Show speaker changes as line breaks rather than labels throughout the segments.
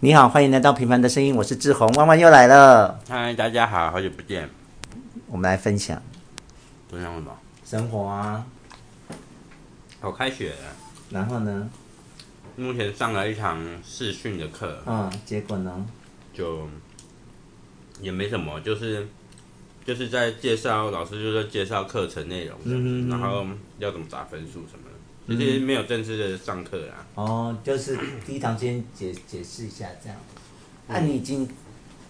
你好，欢迎来到《平凡的声音》，我是志宏，弯弯又来了。
嗨，大家好，好久不见，
我们来分享
昨天什么？
生活啊，
我开学了，
然后呢，
目前上了一堂视讯的课，
嗯，结果呢，
就也没什么，就是就是在介绍老师就是介绍课程内容，
嗯哼
然后要怎么打分数什么的，其实没有正式的上课啊啦。
哦，就是第一堂先解解释一下这样。那、啊、你已经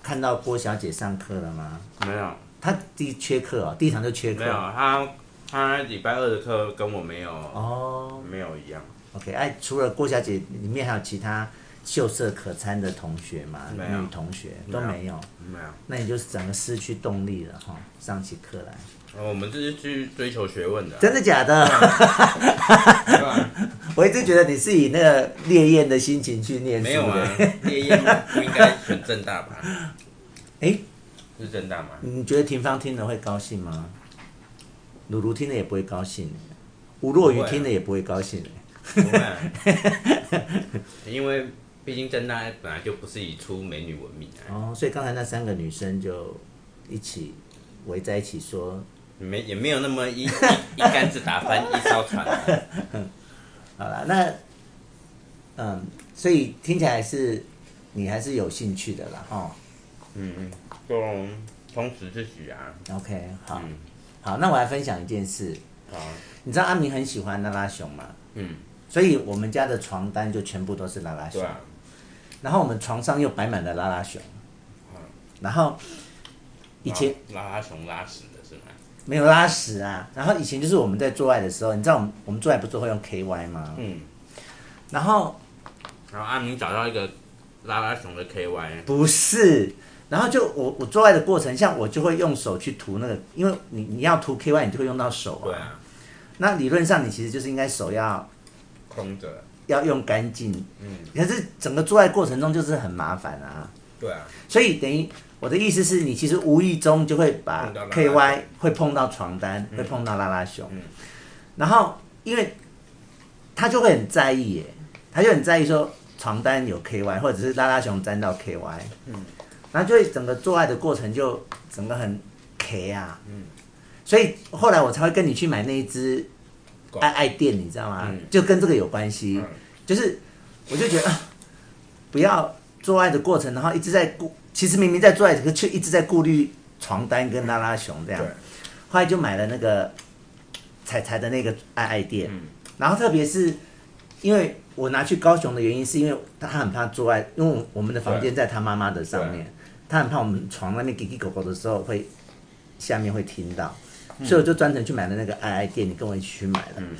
看到郭小姐上课了吗？
没有，
她第一缺课哦，第一堂就缺课
没有，啊他他礼拜二的课跟我没有、
哦。
没有一样，
OK，哎、除了郭小姐，里面还有其他秀色可餐的同学吗？
没有
女同学都没
没
有，
没有。
那你就是整个失去动力了哈，上起课来，
呃我们这是去追求学问的啊、
真的假的？
对啊吧？
我一直觉得你是以那个烈焰的心情去念书的。
没有啊，烈焰不应该选正大吧？
诶
是正大 吗？
你觉得庭芳听了会高兴吗？鲁鲁听了也不会高兴，吴若
不
愚
会啊
听了也不会高兴。
不会啊，因为毕竟正大本来就不是以出美女闻名啊，
哦，所以刚才那三个女生就一起围在一起说
没也没有那么一 一一竿子打翻一艘船、啊。：“
好了，那嗯，所以听起来是你还是有兴趣的啦，哦
嗯，就充实自己啊。
，OK，好，
嗯，
好，那我来分享一件事。
好，啊
你知道阿明很喜欢拉拉熊吗？
嗯，
所以我们家的床单就全部都是拉拉熊
对。啊，
然后我们床上又摆满了拉拉熊
嗯，啊
然后以前
拉拉熊拉屎的是吗？
没有拉屎啊，然后以前就是我们在做爱的时候，你知道我们我们做爱不是会用 K Y 吗？
嗯，
然后
然后阿明找到一个拉拉熊的 KY，
不是，然后就我我做爱的过程，像我就会用手去涂那个，因为你你要涂 K Y，你就会用到手
对
啊。
啊，
那理论上你其实就是应该手要
空着，
要用干净，
嗯，
可是整个做爱过程中就是很麻烦啊。
对啊，
所以等于我的意思是你其实无意中就会把
碰到拉拉
KY
熊
会碰到床单，会碰到拉拉熊，
嗯
然后因为他就会很在意耶，他就很在意说床单有 KY 或者是拉拉熊沾到 KY，
嗯
然后就会整个做爱的过程就整个很 K 啊，
嗯
所以后来我才会跟你去买那一只
狗
爱爱店，你知道吗
嗯？
就跟这个有关系
嗯，
就是我就觉得啊不要做爱的过程，然后一直在顾，其实明明在做爱，可是却一直在顾虑床单跟拉拉熊这样。
对，
后来就买了那个彩彩的那个爱爱店，
嗯
然后特别是因为我拿去高雄的原因，是因为他很怕做爱，因为我我们的房间在他妈妈的上面，他很怕我们床外面叽叽狗狗的时候会下面会听到，所以我就专程去买了那个爱爱店，你跟我一起去买了，
嗯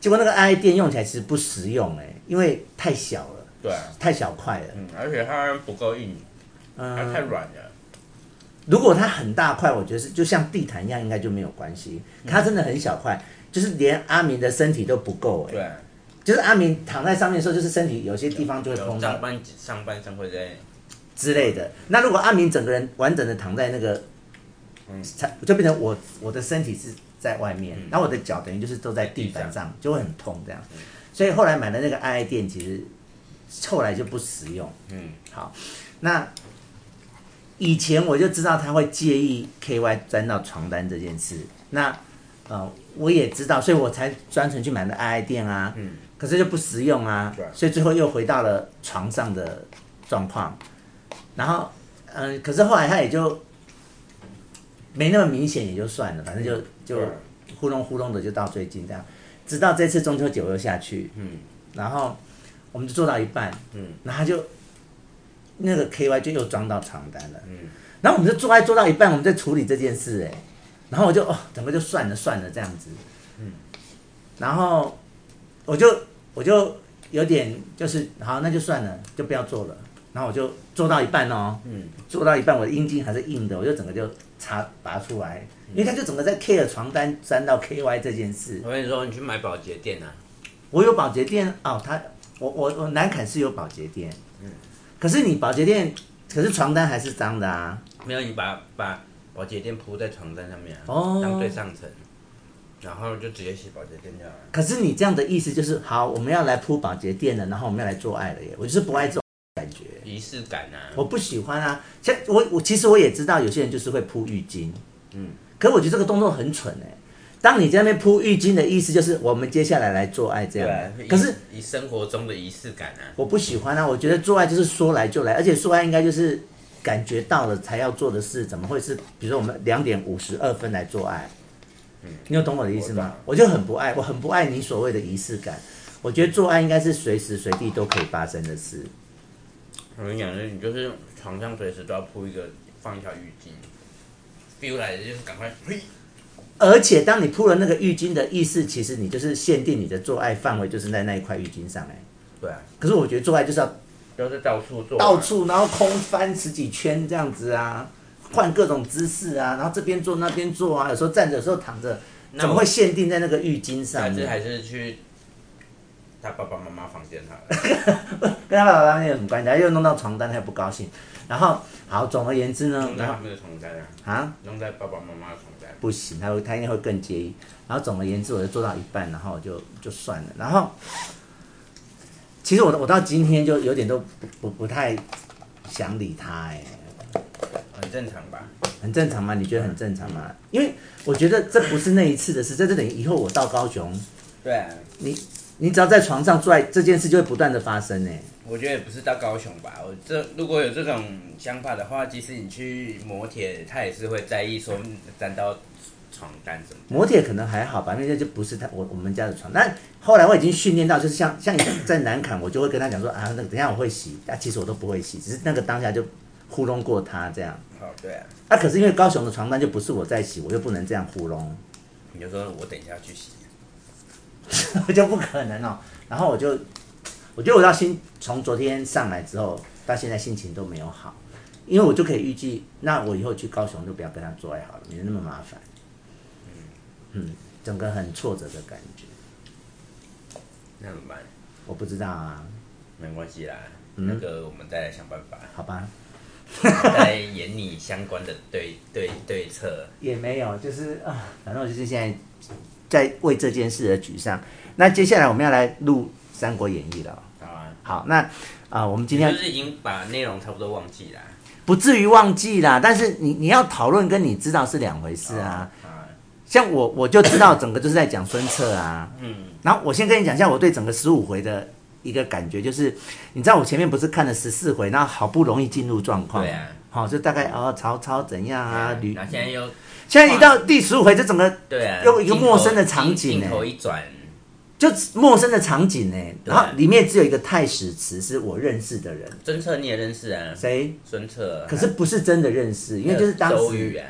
结果那个爱爱店用起来其实不实用哎、因为太小了，
对啊。
太小块了，
嗯，而且它不够硬，
嗯、
它太软了。
如果它很大块，我觉得是就像地毯一样，应该就没有关系。
嗯
它真的很小块，就是连阿明的身体都不够哎、
对，
就是阿明躺在上面的时候，就是身体有些地方就会
有
碰
上
到
半上半身会在，
之类的。那如果阿明整个人完整的躺在那个，
嗯
才就变成我我的身体是在外面，
嗯
然后我的脚等于就是都在地板
地
上，就会很痛这样。所以后来买的那个爱爱垫，其实后来就不实用。
嗯
好，那以前我就知道他会介意 KY 沾到床单这件事，那呃我也知道，所以我才专程去买了爱爱店啊，
嗯，
可是就不实用啊
对，
所以最后又回到了床上的状况，然后嗯、呃可是后来他也就没那么明显，也就算了，反正就就
嗯对
糊弄糊弄的就到最近这样，直到这次中秋节我又下去，
嗯
然后我们就做到一半，
嗯
然后他就那个 KY 就又装到床单了，
嗯，
然后我们就做爱做到一半，我们在处理这件事、哎，然后我就哦，整个就算了算了这样子，
嗯，
然后我就我就有点就是好，那就算了，就不要做了，然后我就做到一半哦，
嗯，
做到一半我的阴茎还是硬的，我就整个就查拔出来，
嗯
因为他就整个在 care 床单沾到 KY 这件事，
我跟你说，你去买保洁垫啊，
我有保洁店哦，他我我我南坎是有保洁店，
嗯
可是你保洁店，可是床单还是脏的啊，
没有你把把保洁垫铺在床单上面啊，
哦
当最上层，然后就直接洗保洁垫就好了。
可是你这样的意思就是，好，我们要来铺保洁店了，然后我们要来做爱了耶，我就是不爱这种感觉，
仪式感啊。
我不喜欢啊。像我我其实我也知道有些人就是会铺浴巾，嗯，可我觉得这个动作很蠢哎、当你在那边铺浴巾的意思就是我们接下来来做爱这样，
仪
可是
以生活中的仪式感啊，
我不喜欢啊。我觉得做爱就是说来就来，而且做爱应该就是感觉到了才要做的事，怎么会是比如说我们两点五十二分来做爱？你有懂我的意思吗？嗯我就很不爱，我很不爱你所谓的仪式感。我觉得做爱应该是随时随地都可以发生的事。
我跟你讲，就是你就是床上随时都要铺一个放一条浴巾，feel 来的就是赶快嘿，
而且当你铺了那个浴巾的意思，其实你就是限定你的做爱范围，就是在那一块浴巾上哎、
对啊，
可是我觉得做爱就是要
就是到处做啊，
到处，然后空翻十几圈这样子啊，换各种姿势啊，然后这边做那边做啊，有时候站着，有时候躺着，
那
怎么
我
会限定在那个浴巾上
下次
呢？
还是去他爸爸妈妈房间好了。
跟他爸爸妈妈有什么关系？他又弄到床单，他又不高兴。然后好，总而言之呢
弄，在
然
他
后
们的床单啊，
啊。
弄在爸爸妈妈的床单。
不行，他会他应该会更介意。然后总而言之，我就做到一半，然后我就就算了。然后其实我我到今天就有点都不不不太想理他、哎，
很哦正常吧？
很正常吗？你觉得很正常吗？因为我觉得这不是那一次的事，这就等于以后我到高雄，
对、啊，
你只要在床上做爱，这件事就会不断的发生、哎，
我觉得也不是到高雄吧。我这如果有这种想法的话，即使你去摩铁，他也是会在意说嗯沾到床单什么。
摩铁可能还好吧，那些就不是他我我们家的床。但后来我已经训练到，就是像像以前在南坎，我就会跟他讲说啊，那个等一下我会洗，啊，其实我都不会洗，只是那个当下就糊弄过他这样。
好，对啊，
啊，可是因为高雄的床单就不是我在洗，我又不能这样糊弄，
你就说我等一下去洗。
就不可能哦。然后我就，我觉得我到心从昨天上来之后到现在心情都没有好，因为我就可以预计，那我以后去高雄就不要跟他做爱好了，免得那么麻烦。嗯，整个很挫折的感觉，
那怎么办？
我不知道啊，
没关系啦，
嗯
那个我们再来想办 法，
好吧，
再演你相关的对对对策。
也没有，就是啊，反正我就是现在在为这件事而沮丧。那接下来我们要来录《三国演义》了哦。
好啊，
好，那啊、我们今
你
天
是不是已经把内容差不多忘记啦？
不至于忘记啦，但是你你要讨论跟你知道是两回事啊。
好啊，
像我我就知道整个就是在讲孙策啊，
嗯，
然后我先跟你讲一下我对整个十五回的一个感觉，就是你知道我前面不是看了十四回，然后好不容易进入状况，
对啊，
好、就大概哦曹操怎样啊，吕、
那现在又
现在一到第十五回，就整个
对啊，
又一个
镜头
陌生的场景
镜
欸
镜头一转，
就陌生的场景呢，
对
然
啊
后里面只有一个太史慈是我认识的人，
孙策你也认识啊？
谁？
孙策，
可是不是真的认识，因
还有
为就是当
啊周
时
瑜啊，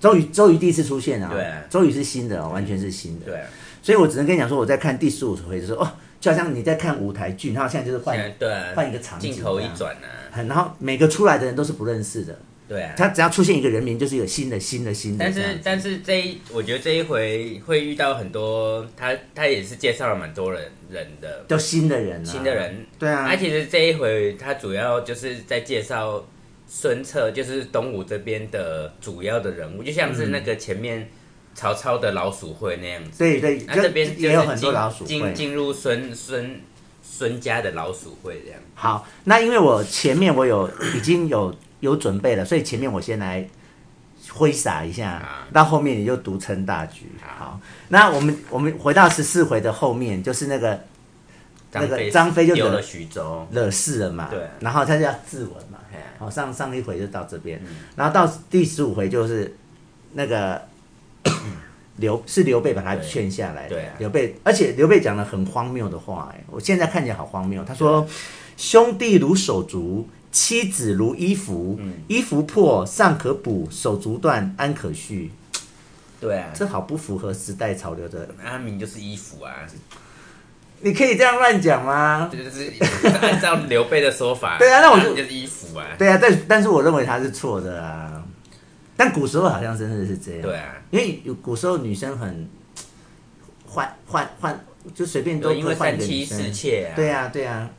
周瑜周瑜第一次出现啊，
对啊
周瑜是新的、哦，完全是新的，
对啊，
所以我只能跟你讲说，我在看第十五回的时候，哦，就好像你在看舞台剧，然后现在就是
现
换，
在对啊，
换一个场景
镜头一转啊，
很然后每个出来的人都是不认识的，
对啊。
他只要出现一个人名，就是有新的、新的、新的
但
这样
是
子。
但是这一，我觉得这一回会遇到很多，他他也是介绍了蛮多人人的，
就新的人啊，
新的人，
对啊
他、，其实这一回他主要就是在介绍孙策，就是东吴这边的主要的人物，就像是那
嗯
个前面曹操的老鼠会那样子。
对对，
那
就
啊这边
也有很多老鼠
进
会。
进入孙孙孙家的老鼠会这样。
好，那因为我前面我有 已经有有准备了，所以前面我先来挥洒一下
啊，
到后面你就独撑大局。
好
好，那我们我们回到十四回的后面，就是那个那个张飞就
丢
惹
了徐州，
惹事了嘛，
对
然后他就要自刎嘛
嘿，嗯
好，上上一回就到这边，然后到第十五回就是那个 刘是刘备把他
对
劝下来的
对啊，
刘备，而且刘备讲了很荒谬的话，哎，我现在看起来好荒谬，他说兄弟如手足。妻子如衣服，
嗯
衣服破尚可补，手足断安可续。
对啊，
这好不符合时代潮流的。
阿明就是衣服啊，
你可以这样乱讲吗？
这就是 按照刘备的说法，
对啊那我就
阿明就是衣服啊，
对啊，但但是我认为他是错的啊。但古时候好像真的是这样，
对啊，
因为有古时候女生很换换换，就随便都
对因为
会换一
三
个女
妻
生
四。妾啊，
对啊，对啊。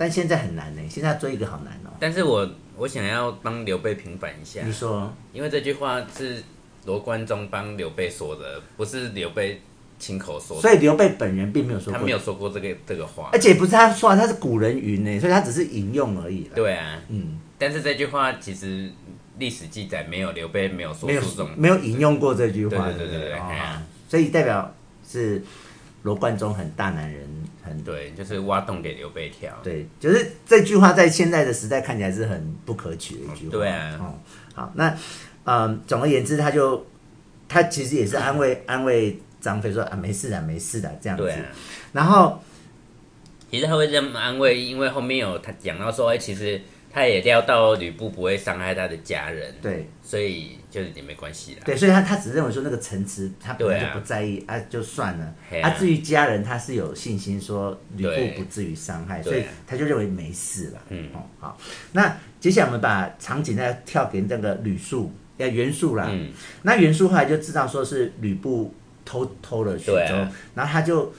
但现在很难呢、现在追一个好难哦、
但是我我想要帮刘备平反一下
你，说
因为这句话是罗贯中帮刘备说的，不是刘备亲口说的，
所以刘备本人并没有说
他
过，
没有说过这个这个话
而。且不是他说，啊他是古人云呢，所以他只是引用而已啦。
对啊，
嗯，
但是这句话其实历史记载没有刘备没有说
没有
出这种，
没有引用过这句话，
对
对
对对
不
对对
哦
哎呀
所以代表是罗贯中很大男人，很
对，就是挖洞给刘备跳。
对，就是这句话在现在的时代看起来是很不可取的一句话。
对啊
哦，好，那嗯，总而言之，他就他其实也是安慰安慰张飞说啊，没事的，没事的这样子。
对啊，
然后
其实他会这么安慰，因为后面有他讲到说，哎、其实他也料到吕布不会伤害他的家人，
对
所以就是也没关系啦。
对，所以他他只认为说那个陈词他本来
对啊
就不在意啊就算了。
嘿
啊
啊，
至于家人，他是有信心说吕
对
布不至于伤害，
对
所以他就认为没事了。
嗯
哦，好，那接下来我们把场景再跳给那个吕肃，要袁术啦。
嗯，
那袁术后来就知道说是吕布偷偷了徐州，
对啊
然后他就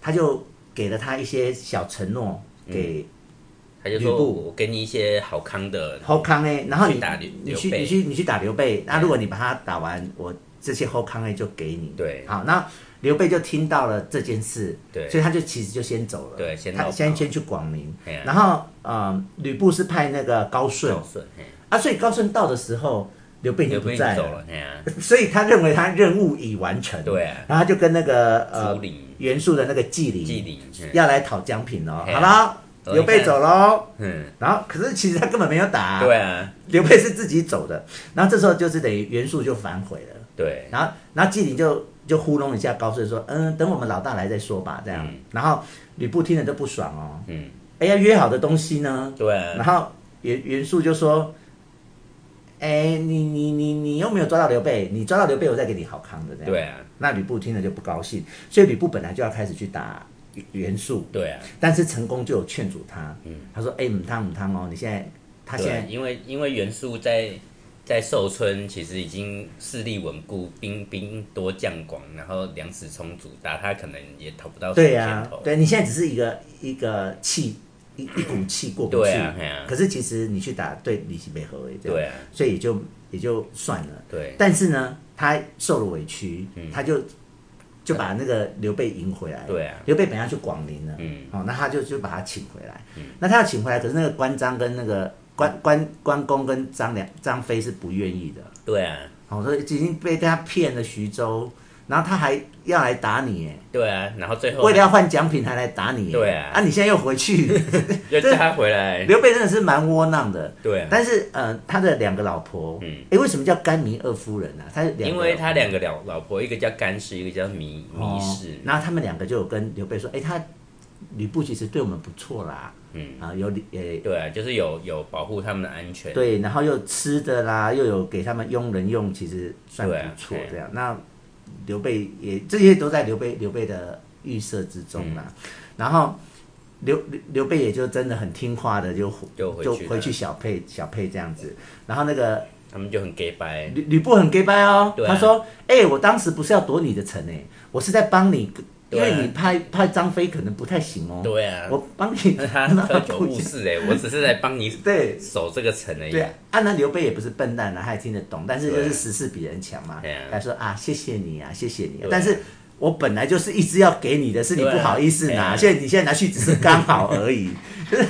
他就给了他一些小承诺给
他就
吕
说
布
我给你一些好康的，
后康诶，然后
嗯去
你
打刘
你去
刘备
你去你去打刘备，那如果你把他打完，我这些后康诶就给你。
对
好，那刘备就听到了这件事，
对
所以他就其实就先走了，
对先
他
绕
先
跑
先去广陵，
嘿啊
然后呃，吕布是派那个高顺
孝顺，嘿
啊，所以高顺到的时候，刘备已经
刘
不
备已
在嗯
经走了，嘿啊，
所以他认为他任务已完成，
对啊
然后他就跟那个呃
竹林
袁术的那个纪灵
纪灵，嘿
要来讨奖品哦，
嘿
好
啊
了，
哦
刘备走喽。
嗯，
然后可是其实他根本没有打、
对啊，
刘备是自己走的。然后这时候就是等于袁术就反悔了，
对，
然后然后纪灵就就糊弄一下高顺说，嗯，等我们老大来再说吧，这样。
嗯
然后吕布听了就不爽哦，
嗯，
哎呀，约好的东西呢？
对啊，
然后袁袁术就说：“哎、你你你你又没有抓到刘备，你抓到刘备，我再给你好康的。”这样。
对啊，
那吕布听了就不高兴，所以吕布本来就要开始去打袁袁术，
对啊，
但是陈宫就有劝阻他，他说：“哎、母汤母汤哦，你现在他现
嗯对
在
啊，因为因为袁术在在寿春其实已经势力稳固，兵兵多将广，然后粮食充足，打他可能也讨不到什么
对呀
甜、头。
对你现在只是一个一个气一一股气过不去，
对啊，对啊，
可是其实你去打对李西北合围，这样
对啊，
所以也就也就算了。”
对，
但是呢，他受了委屈，他就就把那个刘备赢回来了。
嗯对啊
刘备本来要去广陵了，
嗯，
哦，那他就就把他请回来。那他要请回来，可是那个关张跟那个关关关公跟张良张飞是不愿意的，
对啊，
哦，所以已经被他骗了徐州，然后他还要来打你，哎，
对啊，然后最后
为了要换奖品还来打你，哎
对啊
啊，你现在又回 去，
又叫他回来，
刘备真的是蛮窝囊的。
对啊，
但是，呃，他的两个老婆，嗯
嗯，
哎，为什么叫甘糜二夫人呢、啊？他两个
因为
老
他
婆
两个老老婆，一个叫干氏，一个叫糜糜氏
哦。然后他们两个就有跟刘备说，哎，他吕布其实对我们不错啦，
嗯，
啊，有礼诶。
对啊，就是有有保护他们的安全。
对，然后又吃的啦，又有给他们佣人用，其实算不
对啊
错
对啊
这样。那刘备也这些都在刘备刘备的预设之中啦。
嗯
然后刘刘刘备也就真的很听话的就
就回去
就
了
回去小沛小沛这样子。然后那个
他们就很 gay 白。
吕吕布很 g 掰哦，
对啊
他说：“哎、我当时不是要夺你的城哎、我是在帮你，因
对啊
为你派派张飞可能不太行哦。
对啊，
我帮你，
他喝酒误 事哎，我只是在帮你
对
守这个城而已
对。啊，啊那刘备也不是笨蛋啊，他也听得懂，但是就
对
是
啊
时势比人强嘛
对啊。
他说啊，谢谢你啊，谢谢你、啊
对，啊
但是我本来就是一直要给你的，是你
对啊
不好意思拿，
哎
所以你现在拿去只是刚好而 已。就是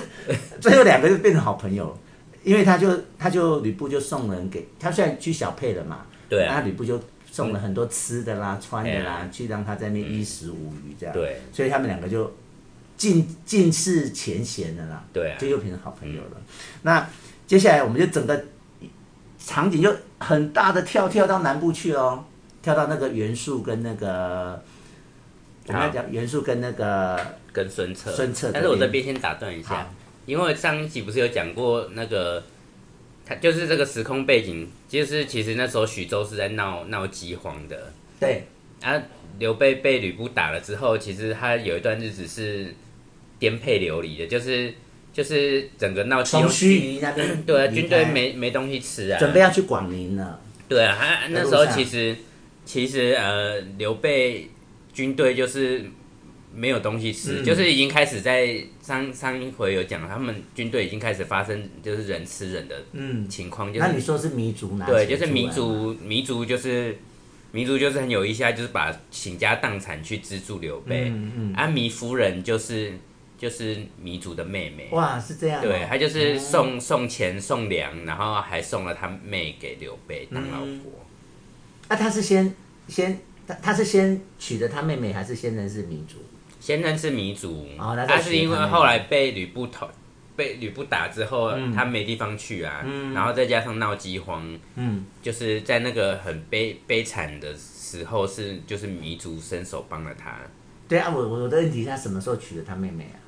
最后两个就变成好朋友，因为他就他就吕布就送人给他，虽然去小沛了嘛，
对啊
那吕布就送了很多吃的啦、穿的
哎
啦，去让他在那边衣食无虞这样。
对，
所以他们两个就尽尽是前嫌的啦。
对啊
这就变成好朋友了。那接下来我们就整个场景就很大的跳跳到南部去哦，跳到那个袁术跟那个。我们要讲袁术跟那个
跟孙策。
孙策这边
但是我这边先打断一下
好，
因为上一集不是有讲过那个，他就是这个时空背景，就是其实那时候徐州是在闹闹饥荒的
对
啊。刘备被吕布打了之后，其实他有一段日子是颠沛流离的，就是就是整个闹饥
从
荒，
盱眙那边
对啊，
离开
军队没没东西吃啊，
准备要去广陵了，
对啊，他
在
那
路
时候
上
其实其实呃，刘备军队就是没有东西吃，
嗯
就是已经开始在上上一回有讲，他们军队已经开始发生就是人吃人的
嗯，
情况，就
那你
是
说是糜竺拿
对，
钱
就是
出来
民
吗
族民族就是糜竺就是很有意思啊，就是把倾家荡产去资助刘备。
嗯
安糜、夫人就是就是糜竺的妹妹，
哇，是这样、哦，
对，她就是送、送钱送粮，然后还送了她妹给刘备当老婆。
嗯那、啊他是先先他他是先娶的他妹妹，还是先认识民族？
先认识糜竺，
哦那
他
再娶
是因为
她妹妹
后来被吕布投，被吕布打之后，他没地方去啊，然后再加上闹饥荒，
嗯，
就是在那个很悲悲惨的时候是，就是糜竺伸手帮了他，
对啊，我我的问题，他什么时候娶的他妹妹啊？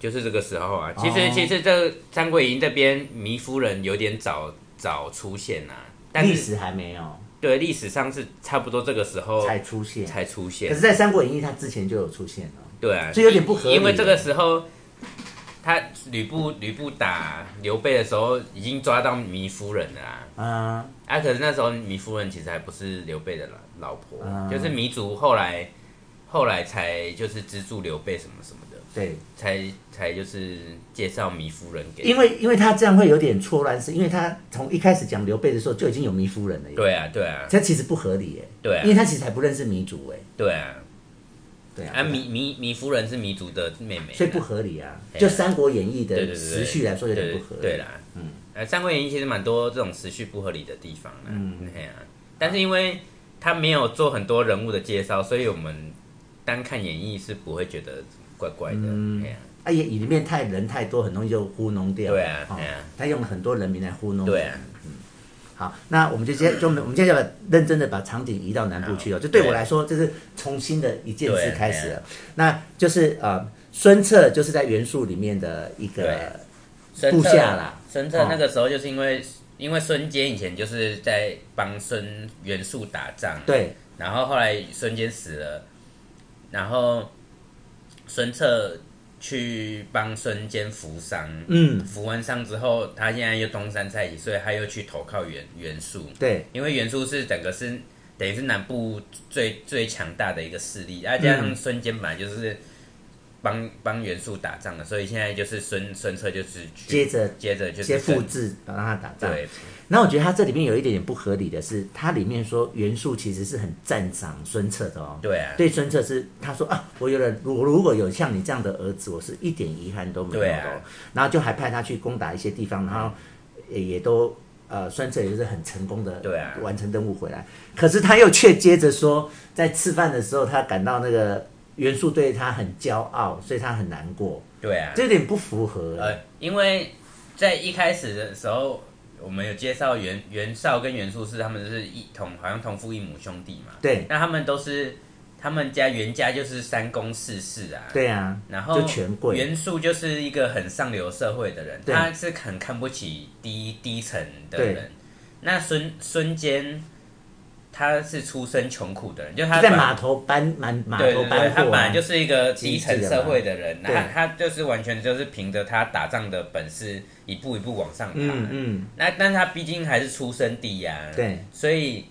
就是这个时候啊。其实、
哦
其实这《三国演义》这边糜夫人有点早早出现啊，但
历
是
史还没有
对历史上是差不多这个时候
哦才出现，
才出现
可是，，在《三国演义》他之前就有出现了。
对啊，
这有点不合理
因为这个时候，他吕布吕布打刘备的时候，已经抓到糜夫人了啊。
嗯，
啊，可是那时候糜夫人其实还不是刘备的老老婆，
嗯
就是糜竺后来后来才就是资助刘备什么什么的，
对，
才才就是介绍糜夫人给。
因为因为他这样会有点错乱，是因为他从一开始讲刘备的时候就已经有糜夫人了耶，
对啊，对啊，
这其实不合理耶，
对啊
因为他其实还不认识糜竺哎，
对啊，
对
啊，糜糜糜夫人是糜竺的妹妹啊，
所以不合理啊，
对啊
就《三国演义》
对对
的
对对
时序来说有点不合理，
对对啦，嗯，呃，《三国演义》其实蛮多这种时序不合理的地方啦，嗯，对啊。但是因为他没有做很多人物的介绍，所以我们单看演义是不会觉得怪怪的，对啊，
啊也里面太人太多，很容易就糊弄掉，
对啊
哦
对啊
他用很多人名来糊弄，
对啊。
好，那我们就直接就我们我们现在要认真的把场景移到南部去了。
好
就对我
嗯对啊
来说，这是从新的一件
对啊
事开始了。那就是呃，孙策就是在袁术里面的一
对啊
个
孙
部
策
下啦
孙
哦
策那个时候就是因为、因为孙坚以前就是在帮孙袁术打仗，
对
然后后来孙坚死了，然后孙策去帮孙坚扶丧，
嗯
扶完丧之后，他现在又东山再起，所以他又去投靠袁袁术，
对
因为袁术是整个是等于是南部最最强大的一个势力，再加上孙坚本来就是帮帮袁术打仗的，所以现在就是孙孙策就是去
接着
接着就是
先复
跟
制让他打仗。
对
然后我觉得他这里面有一点点不合理的是，他里面说袁术其实是很赞赏孙策的哦。
对啊
对孙策是他说啊，我有了，如如果有像你这样的儿子，我是一点遗憾都没有
对
的、
啊
然后就还派他去攻打一些地方，然后也也都呃，孙策也就是很成功的
对啊
完成任务回来。可是他又却接着说，在吃饭的时候，他感到那个袁术对他很骄傲，所以他很难过，
对啊，
这有点不符合。
呃，因为在一开始的时候，我们有介绍袁袁绍跟袁术是他们是一同好像同父异母兄弟嘛，
对
那他们都是他们家袁家就是三公四世啊，
对啊，
然后
就权贵
袁术就是一个很上流社会的人，
对
他是很看不起低低层的
对
人。那孙孙坚，他是出身穷苦的人，就他
就在
本
码头搬满码
对
头
对对，
搬货、啊，
他本来就是一个低层社会的人，
机制的
那
嘛
他他就是完全就是凭着他打仗的本事，一步一步往上爬。
嗯嗯，
那但是他毕竟还是出身低呀、
对，
所以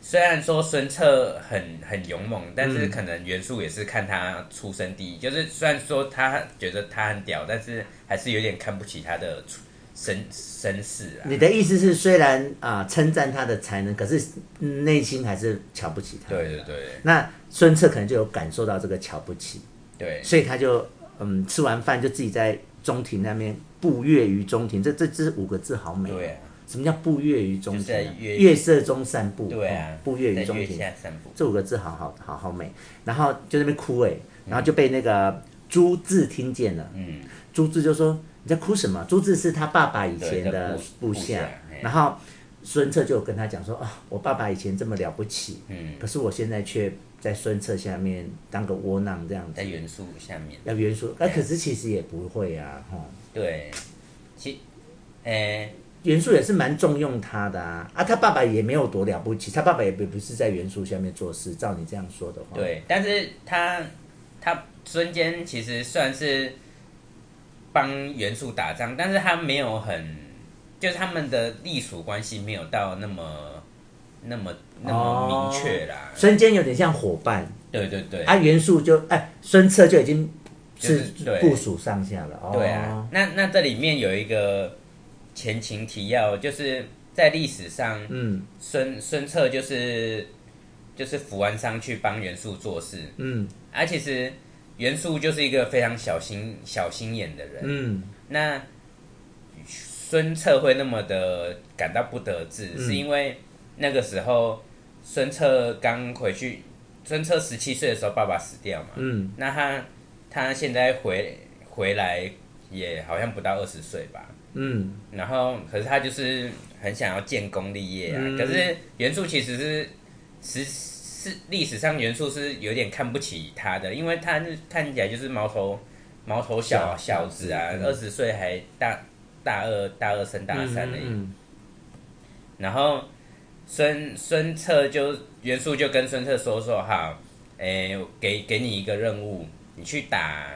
虽然说孙策很很勇猛，但
嗯
是可能袁术也是看他出身低，就是虽然说他觉得他很屌，但是还是有点看不起他的出身身世啊。
你的意思是，虽然啊、称赞他的才能，可是嗯内心还是瞧不起他。
对对。对
那孙策可能就有感受到这个瞧不起，
对
所以他就嗯吃完饭就自己在中庭那边步月于中庭，这这这五个字好美。
对啊。
什么叫步月于中庭、
就是
啊
在？月
月色中散步。
对啊
哦，步月于
在
中
月
庭。
下散步。
这五个字好好好好美，然后就在那边哭哎，然后就被那个朱志听见了，嗯，朱志就说你在哭什么？朱志是他爸爸以前
对
的
的部
部
部
下
下哎嘿，
然后孙策就跟他讲说啊，我爸爸以前这么了不起，嗯，可是我现在却在孙策下面当个窝囊这样子
在，袁术下面。
要袁术，
哎
那、可是其实也不会啊，哈、
对，其，诶、
袁术也是蛮重用他的啊，啊，他爸爸也没有多了不起，他爸爸也不不是在袁术下面做事，照你这样说的话，，
对，但是他他孙坚其实算是帮袁术打仗，但是他没有很，就是他们的隶属关系没有到那么那么那么明确啦。
孙坚有点像伙伴。
对对对，
啊，袁术就哎，孙策就已经是
就是对
部署上下了。哦、
对啊，，那那这里面有一个前情提要，就是在历史上，
嗯，
孙孙策就是就是福安商去帮元素做事，
嗯
啊，其实元素就是一个非常小心小心眼的人，
嗯
那孙策会那么的感到不得志，
嗯
是因为那个时候孙策刚回去，孙策十七岁的时候爸爸死掉嘛，
嗯
那他他现在回回来也好像不到二十岁吧，
嗯
然后可是他就是很想要建功立业啊，
嗯
可是袁术其实是实是历史上袁术是有点看不起他的，因为他是看起来就是毛头毛头小
小
小子啊
嗯，
二十岁还大大二大二升大三的，
嗯
然后孙孙策就袁术就跟孙策说说哈，诶，给给你一个任务，你去打，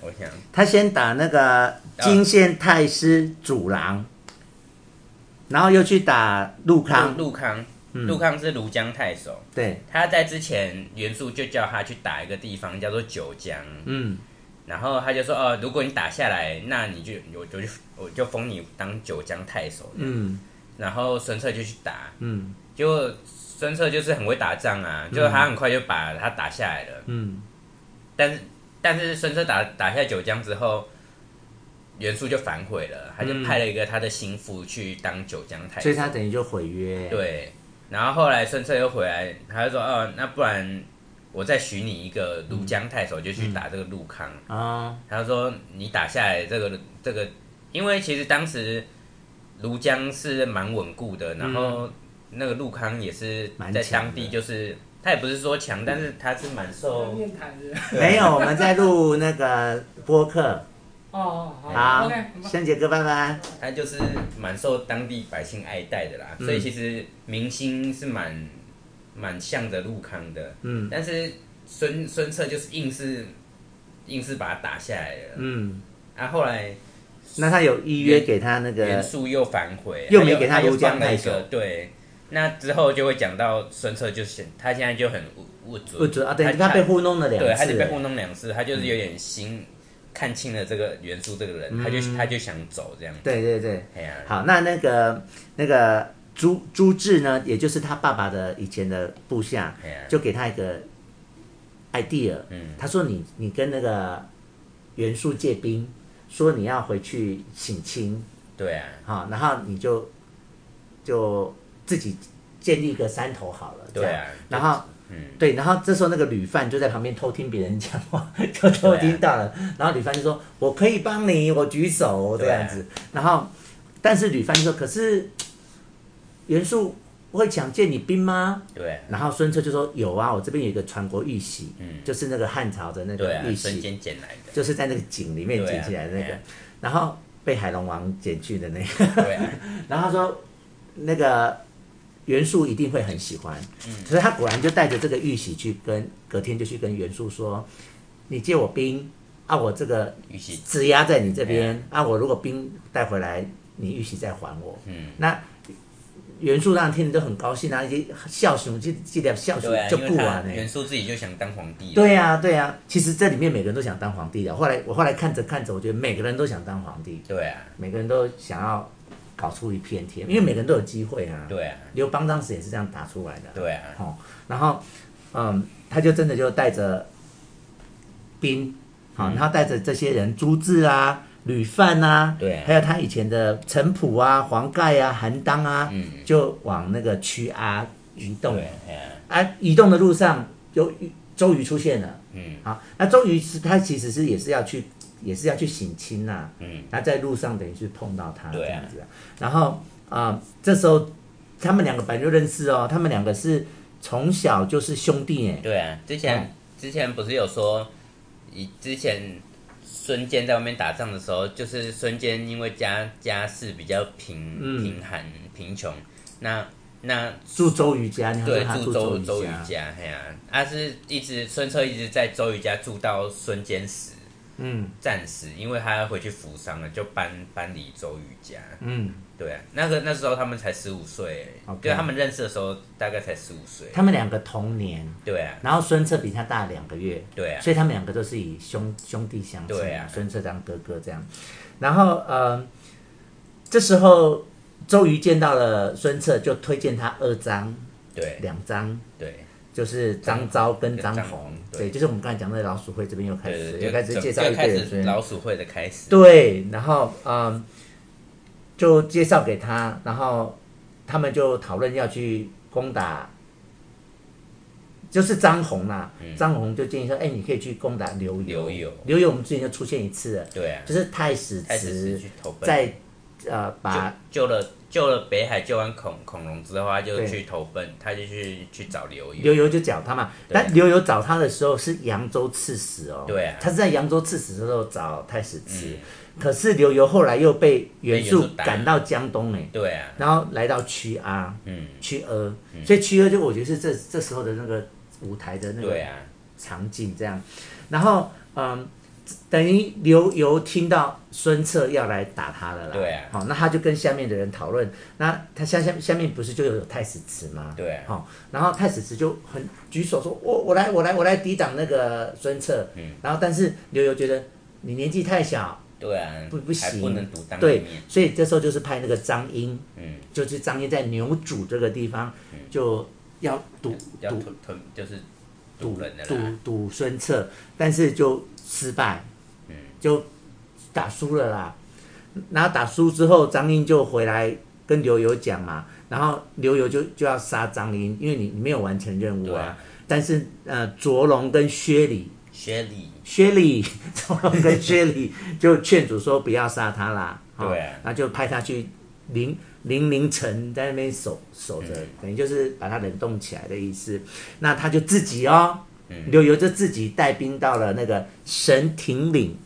我想
他先打那个金县太师主郎，然后又去打陆康，
陆陆康，
嗯
陆康是庐江太守。
对，
他在之前袁术就叫他去打一个地方叫做九江，
嗯
然后他就说哦，如果你打下来，那你就我就我就封你当九江太守。
嗯
然后孙策就去打，
嗯
结果孙策就是很会打仗啊，就是他很快就把他打下来了。
嗯
但是但是孙策打打下九江之后，袁术就反悔了，他就
嗯
派了一个他的心腹去当九江太守。
所以他等于就毁约，，
对，然后后来孙策又回来，他就说：“哦，那不然我再许你一个庐江太守，就去打这个陆康。
啊，
他说：“你打下来这个这个，因为其实当时庐江是蛮稳固的，然后那个陆康也是
嗯蛮
在
强
当地
的
就是。”他也不是说强，但是他是蛮受
面谈的。
没有，我们在录那个播客，
哦，
好
，OK，很，棒
圣杰哥拜拜。
他就是蛮受当地百姓爱戴的啦，所以
嗯
其实明星是蛮蛮像着陆康的，
嗯
但是孙孙策就是硬是硬是把他打下来了，
嗯，
啊，后来
那他有预约给他那
袁
个，
术又反悔，
又没
他
给他
他又
庐江
放了
太
一个
守
对，那之后就会讲到孙策就是他现在就很无无足
不准啊，对，
他
他被糊弄了两
对，他
次
就被糊
了，
弄两次，他就是有点心看清了这个袁术这个人，他就他就想走这样，
嗯对对对。
哎呀，
好，那那个那个朱朱志呢，也就是他爸爸的以前的部下，
哎呀，
就给他一个 idea，
嗯
他说你你跟那个袁术借兵，说你要回去省亲，
对啊。
好，然后你就就自己建立一个山头好了，这
对
样
啊，
然后
嗯，
对，然后这时候那个吕范就在旁边偷听别人讲话，就
啊
偷听到了。然后吕范就说：“我可以帮你，我举手这
对啊
样子。然后，但是吕范就说：“可是袁术会想借你兵吗
对啊，？”
然后孙策就说：“有啊，我这边有一个传国玉玺，
嗯，
就是那个汉朝的那
对
个
啊
玉，
孙
玺，
坚捡来的，
就是在那个井里面
对啊
捡起来的那
对
个
啊。
然后被海龙王捡去的那个。
对啊，
然后他说那个袁术一定会很喜欢，
嗯
所以他果然就带着这个玉玺去跟隔天就去跟袁术说，你借我兵啊，我这个
玉玺，
质押在你这边
哎
啊，我如果兵带回来，你玉玺再还我。
嗯，
那袁术让听着都很高兴啊，一些笑熊这这点笑熊
对啊，
就
因
不
为他
完了。
袁术自己就想当皇帝，
对呀、对呀、啊其实这里面每个人都想当皇帝的。后来我后来看着看着，我觉得每个人都想当皇帝，
对啊，
每个人都想要搞出一片天，因为每个人都有机会啊。
嗯对啊，
刘邦当时也是这样打出来的。
对啊，
哦，然后，嗯，他就真的就带着兵，好、
嗯
然后带着这些人，朱志啊、吕范啊，
对啊
还有他以前的陈普啊、黄盖啊、韩当啊，
嗯，
就往那个曲阿移动。
对，哎呀，
啊，移动的路上有周瑜出现了。
嗯
好，那周瑜是他其实是也是要去，也是要去省亲呐、
嗯，
他在路上等于是碰到他这
对啊
样子啊、然后啊、这时候他们两个本来就认识哦，他们两个是从小就是兄弟哎，
对啊，之前之前不是有说，以之前孙坚在外面打仗的时候，就是孙坚因为家家世比较贫
嗯
贫寒贫穷，那那
住周瑜家，你还说
对，
他周
住周周瑜
家，
家，嘿呀、他是一直孙策一直在周瑜家住到孙坚死，
嗯
战死，因为他要回去扶桑了，就搬搬离周瑜家。
嗯，
对、啊，那个那时候他们才十五岁
OK
对他们认识的时候大概才十五岁。
他们两个同年，
对啊，
然后孙策比他大两个月，
对啊，
所以他们两个都是以兄兄弟相称
对啊
孙策当哥哥这样。然后呃，这时候呃周瑜见到了孙策，就推荐他二张
对
两张，
对
就是张昭跟张
张
红
红，对
对，就是我们刚才讲的老鼠会这边又开
对
始
对，
又
就
开始
就
介绍一堆
就开
人出
始
现，
老鼠会的开始，
对，然后嗯，就介绍给他，然后他们就讨论要去攻打，就是张红啦、张红就建议说，哎、你可以去攻打刘游。
嗯刘游
刘游我们之前就出现一次了，
对啊，
就是太史
开始是
慈
去投奔，
在呃把
救救了救了北海，救完恐恐龙之后，他就
对
去投奔，他就去去找刘游，
刘游就找他嘛，
对
但刘游找他的时候是扬州刺史哦，
对啊
他是在扬州刺史的时候找太史慈，
嗯，
可是刘游后来又被袁
被袁
术
术打
赶到江东哎，
对啊，
然后来到曲阿，
嗯，
曲阿，所以曲阿就我觉得是这这时候的那个舞台的那
对
个
啊，
场景这样，然后嗯，等于刘游听到孙策要来打他了啦，
对啊
好、那他就跟下面的人讨论，那他下下下面不是就有太史慈吗？
对啊，
好、然后太史慈就很举手说，我我来我来我来抵挡那个孙策，
嗯
然后但是刘游觉得你年纪太小，
对啊，
不不
还
行
不能独当一
对
面，，
所以这时候就是派那个张英。
嗯，
就是张掖在牛渚这个地方就要堵
要
堵
吞吞就是
堵
堵人的
堵
啦，
堵孙策，但是就失败，
嗯
就打输了啦。然后打输之后，张英就回来跟刘游讲嘛，然后刘游就就要杀张英，因为你你没有完成任务
对
啊。
啊
但是呃，卓龙跟薛礼
薛礼，
薛礼， 从龙跟薛礼就劝阻说不要杀他啦，哦
对
然后就派他去零零凌晨在那边守守
嗯
着，等于就是把他冷冻起来的意思。那他就自己哦，
嗯
刘游就自己带兵到了那个神亭岭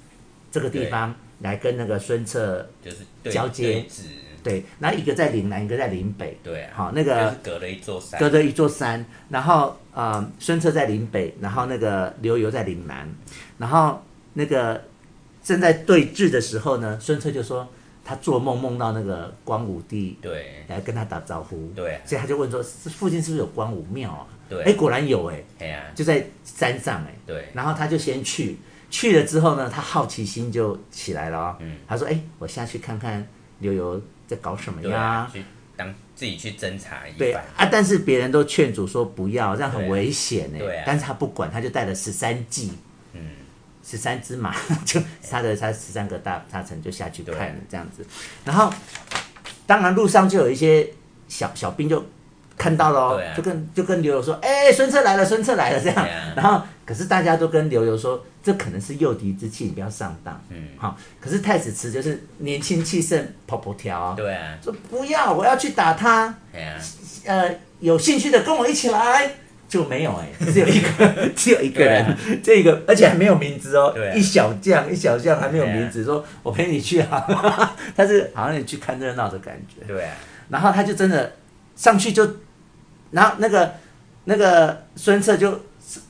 这个地方来跟那个孙策
就是对
交接
对峙，
对，那一个在岭南，一个在岭北，
对啊，
好那个
就是隔了一座山，
隔着一座山，然后呃，孙策在岭北，然后那个刘游在岭南，然后那个正在对峙的时候呢，孙策就说他做梦梦到那个光武帝
对
来跟他打招呼，
对啊
所以他就问说是附近是不是有光武庙啊？
对
哎，果然有哎，
哎呀，
就在山上哎，
对
然后他就先去，去了之后呢，他好奇心就起来了、哦，嗯，他说哎，我下去看看刘游在搞什么
对
呀
啊，。去当自己去侦查一
对
番
啊，，但是别人都劝阻说不要，这样很危险呢、
对啊
但是他不管，他就带了十三骑，
嗯，
十三只马， 就杀了他十三个大大臣，就下去
对
看了这样子。然后，当然路上就有一些小小兵就看到了、哦
对啊
就跟就跟刘游说：“哎、孙策来了，孙策来了。”这样。
对啊
然后，可是大家都跟刘游说，这可能是诱敌之气，你不要上当。
嗯，
好、可是太子慈就是年轻气盛，跑跑跳啊、
对啊，
说不要，我要去打他。
哎呀，
呃有兴趣的跟我一起来，就没 有哎、只有一个，只有一个人，
对啊
这个而且还没有名字哦，
对啊
一小将一小将还没有名
对
字，说我陪你去啊， 他是好像你去看热闹的感觉，
对啊，
然后他就真的上去就，然后那个那个孙策就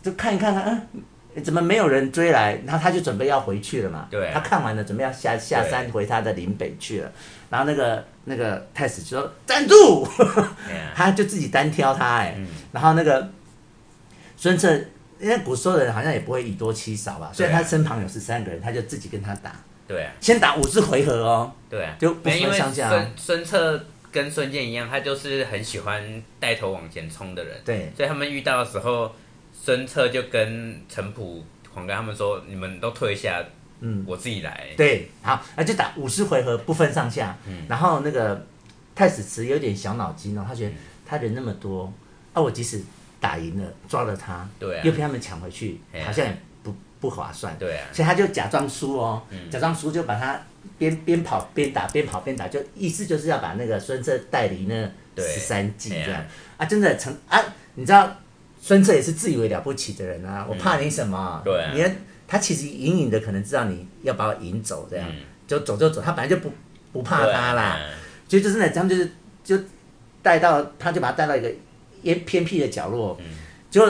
就看一看看，嗯，怎么没有人追来？然后他就准备要回去了嘛。
对啊
他看完了，准备要下下
对
山回他的岭北去了。然后那个那个太史就说站住，
哎呀，
他就自己单挑他哎、
嗯
然后那个孙策，因为古时候的人好像也不会以多欺少吧，所以
对啊
他身旁有十三个人，他就自己跟他打，
对啊，
先打五十回合哦。
对啊，
就不
没有因
分
为
上下
孙孙策跟孙坚一样，他就是很喜欢带头往前冲的人，
对
所以他们遇到的时候，孙策就跟陈普、黄盖他们说：“你们都退下，
嗯，
我自己来。”
对，好，那就打五十回合不分上下。
嗯
然后那个太史慈有点小脑筋哦，他觉得他人那么多，啊，我即使打赢了抓了他，
对啊
又被他们抢回去
哎，呀
好像也不不划算。
对啊，
所以他就假装输哦，
嗯
假装输就把他边边跑边打，边跑边打，就意思就是要把那个孙策带离那
对
十三计这
哎
样
呀
啊，真的成啊，你知道孙策也是自以为了不起的人啊，我怕你什么？
嗯对啊
你看他其实隐隐的可能知道你要把我引走，这样、就走就走，他本来就不不怕
嗯对
他
啊
啦，，所以就真的他们就是就带到，他就把他带到一个偏偏僻的角落，
嗯
就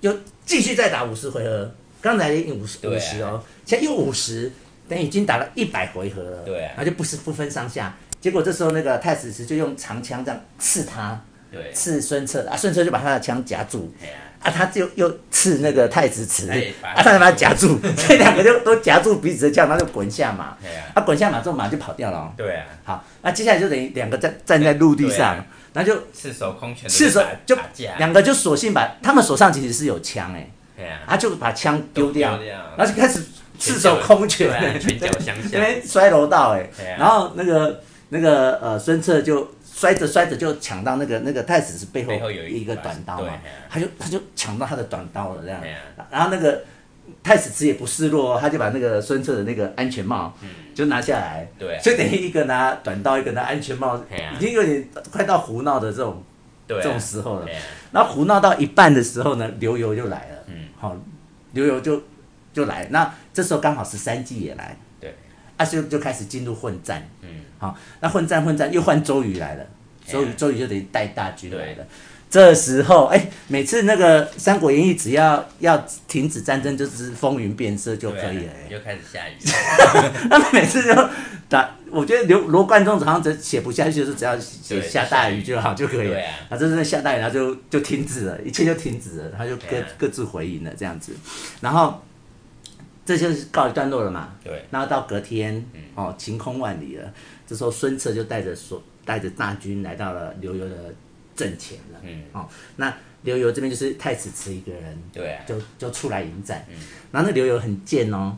就继续再打五十回合。刚才五十
对
五
啊
十哦，现在又五十，等于已经打了一百回合了。
对啊
然后就不是不分上下。结果这时候那个太史慈就用长枪这样刺他，
对，
刺孙策的啊，孙策就把他的枪夹住
哎呀，
啊，他就又刺那个太子慈
哎把他
啊，他就把他夹 住，这两个就都夹住彼此的枪，他就滚下马，
哎呀，
啊，滚下马之后马就跑掉了、哦。
对啊，
好，那接下来就等于两个站站在陆地上
对啊，
然后就
赤手空拳，
赤手就
打架，
两个就索性把他们手上其实是有枪哎、
哎呀，
他就把枪丢掉，
都丢掉
然后就开始赤手空拳，
对啊拳脚相向
那边摔楼道哎、
对啊
然后那个那个呃孙策就摔着摔着就抢到那个那个太子是背后
背后有一
一个短刀
对
嘛
啊，
他就他就抢到他的短刀了这样
对啊，
然后那个太子慈也不示弱哦，他就把那个孙策的那个安全帽就拿下来，
嗯对啊
所以等于一个拿短刀，一个拿安全帽
对啊，
已经有点快到胡闹的这种
对
这
啊，
种时候了
哎。呀，
然后胡闹到一半的时候呢，刘游就来了。
嗯，
好、刘游就就来。那这时候刚好十三季也来，
对，
啊，就就开始进入混战。
嗯，
好、那混战混战又换周瑜来了，周瑜
哎呀
周瑜就得带大军来
对
了。这时候，哎，每次那个《三国演义》只要要停止战争，就是风云变色就
对啊
可以了。 哎
就开始下雨，
他们每次就打，我觉得刘罗贯中好像只写不下去，就是只要写
对
下大雨就好就可以了
对啊。
啊，这是下大雨，然后就就停止了，一切就停止了，他就各
对啊
各自回营了这样子。然后这就是告一段落了嘛。
对，
然后到隔天，哦，晴空万里了。这时候孙策就带着所带着大军来到了刘游的阵前了。
嗯，
哦，那刘游这边就是太子慈一个人，
对啊，
就就出来迎战。然后那刘游很贱哦，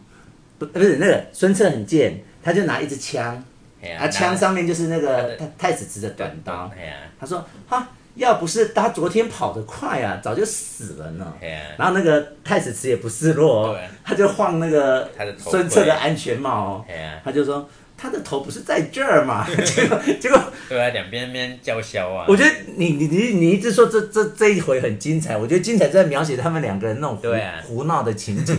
不呃不是那个孙策很贱，他就拿一支枪，
哎呀，
啊枪上面就是那
他
个
的
太太子持的短
拿
刀
着，，哎呀，
他说哈，要不是他昨天跑得快啊，早就死了呢。
哎呀，
然后那个太子持也不示弱哦
对，
他就晃那个
他的头盔
孙策的安全帽哦
哎，呀，
他就说他的头不是在这儿 嘛，结果结果
对啊，两边边叫嚣啊，
我觉得你你你你一直说这这这一回很精彩，我觉得精彩在描写他们两个人那种胡、
对啊
胡闹的情 景，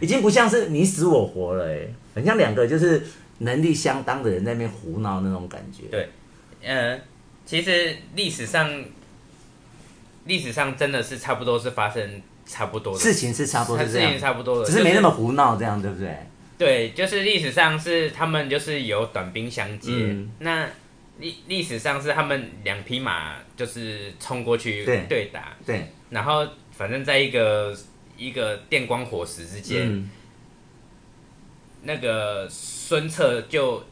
已经不像是你死我活了、欸，很像两个就是能力相当的人在那边胡闹那种感觉。
对嗯，其实历史上，历史上真的是差不多是发生差不多的
事情是差不多是
事
这
情，
样，
差不多的，
只是没
就
那么胡闹这样，对不对？
对，就是历史上是他们就是有短兵相接，
嗯
那历历史上是他们两匹马就是冲过去
对
对打，
对，
然后反正在一个一个电光火石之间，
嗯，
那个孙策就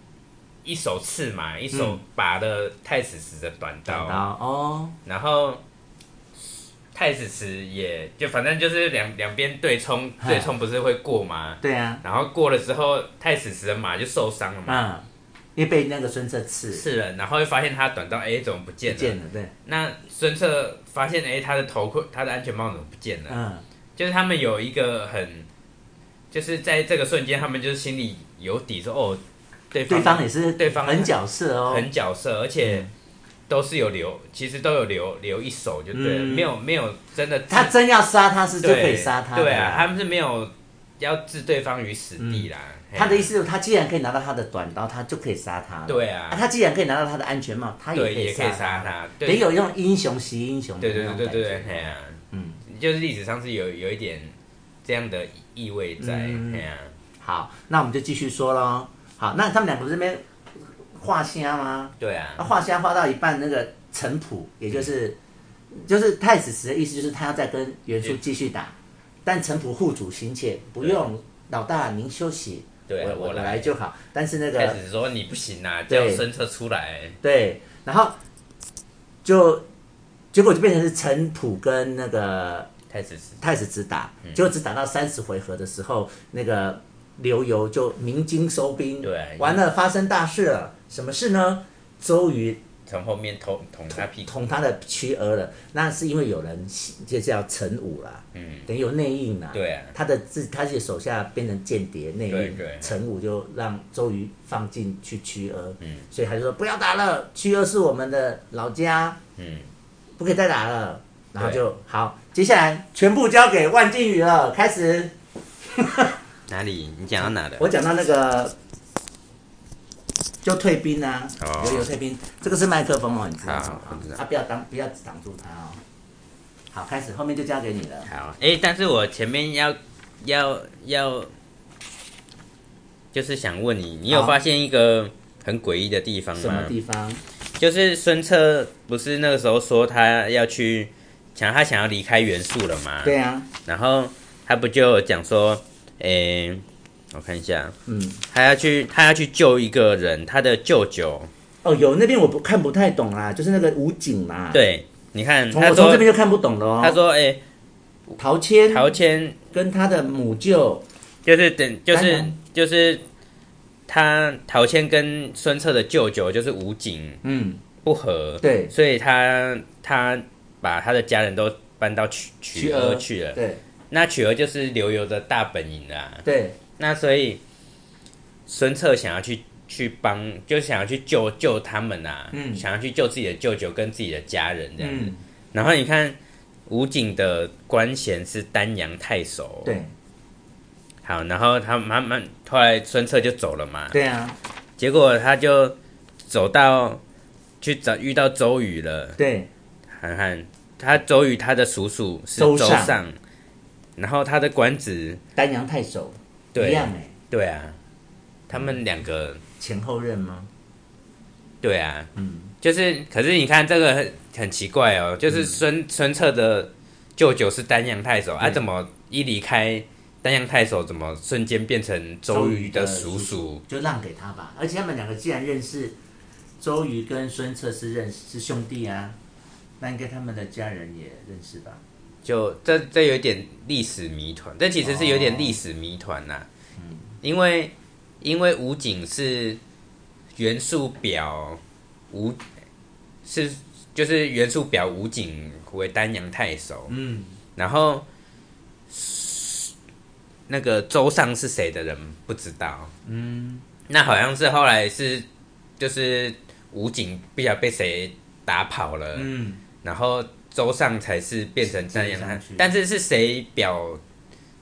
一手刺马，一
嗯
手拔了太史慈的短刀，
然后哦，
然后太史慈也就反正就是两两边对冲，
嗨
对冲不是会过吗？
对啊，
然后过了之后，太史慈的马就受伤了嘛，
嗯，因为被那个孙策刺
是了，然后又发现他短刀哎怎么不见
不
了？
见了，对，
那孙策发现哎他的头盔、他的安全帽怎么不见了？
嗯，
就是他们有一个很，就是在这个瞬间，他们就是心里有底说，哦，对方
对方也是
对方
很嗯角色哦，
很角色，而且都是有留，其实都有留留一手就对了，
嗯
没有没有真的
他真要杀他是就
对
可以杀他的啦，
对啊，他们是没有要置对方于死地啦。嘿啊
嗯他的意思就是，他既然可以拿到他的短刀，他就可以杀他了。
对啊
他既然可以拿到他的安全帽，他也可
对
以
也可
杀
以杀。他，对
得有用英雄惜英雄的
对
那
对
种
对对
感
对对，
觉。
嘿啊，
嗯，
就是历史上是有有一点这样的意味在，
嗯
嘿啊，
好，那我们就继续说喽。好，那他们两个不是这边画虾吗？
对
那
啊，
画虾画到一半，那个程普，也就是就是太史慈的意思，就是他要再跟袁术继续打，但程普护主心切，不
对
用老大您休息，
对啊
我
我
来
来
就好。但是那个
开始说你不行啊，叫
对
孙策出来，
对，然后就结果就变成是陈普跟那个
太子是
太子只打，
嗯
结果只打到三十回合的时候，那个刘游就鸣金收兵，
对
完了发生大事了，什么事呢？周瑜
从后面捅捅他屁股，
捅他的曲额了，那是因为有人就是要陈武啦，
嗯，
等于有内应啦，
对啊
他的自他自己手下变成间谍内
对
应
对，
陈武就让周瑜放进去曲阿，
嗯，
所以他就说不要打了，曲阿是我们的老家，
嗯，
不可以再打了。然后就好，接下来全部交给万金宇了。开始，
哪里？你讲到哪的？
我讲到那个就退兵啊，
哦
有有退兵，这个是麦克风哦，你知道吗
好我知道
啊，不要挡，不要挡住他哦。好，开始，后面就交给你了。
好，哎、但是我前面要要要，就是想问你，你有
好
发现一个很诡异的地方
什么
吗？嗯
地方？
就是孙策不是那个时候说他要去想他想要离开袁术了嘛？
对啊，
然后他不就有讲说，诶、我看一下，
嗯，
他要去他要去救一个人，他的舅舅，
哦，有那边我不看不太懂啦，就是那个武警嘛。，
对，你看
啊从
他
我从这
说
边就看不懂了哦。
他说，诶、
陶谦
陶谦
跟他的母舅，
就是等就
当
是
然
就是他陶谦跟孙策的舅舅就是吴景
嗯，
不和，
对
所以他他把他的家人都搬到曲曲
曲阿
阿去了。
对
那曲儿就是刘游的大本营啊啦、
对，
那所以孙策想要去去帮，就想要去救救他们啊，
嗯
想要去救自己的舅舅跟自己的家人这样子。
嗯，
然后你看吴景的官衔是丹阳太守，，
对
好，然后他慢慢后来孙策就走了嘛，
对啊，
结果他就走到去找遇到周瑜了，
对
涵涵，他周瑜他的叔叔是周
周尚
尚，然后他的官职
丹阳太守一
对
样哎，
对啊，他们两个
前后任吗？
对啊，
嗯，
就是可是你看这个很很奇怪哦，就是
嗯
孙、孙策的舅舅是丹阳太守啊，
对
怎么一离开丹阳太守，怎么瞬间变成周瑜的叔
周瑜的叔
叔？
就让给他吧。而且他们两个既然认识，周瑜跟孙策是认识是兄弟啊，那应该他们的家人也认识吧？
就这这有点历史谜团，这其实是有点历史谜团呐、
哦
因为因为吴景是袁术表吴是就是袁术表吴景为丹阳太守，
嗯，
然后那个周尚是谁的人不知道，嗯，那好像是后来是就是吴景不晓得被谁打跑了，
嗯，
然后周上才是变成丹阳太
直接上去，
但是是谁表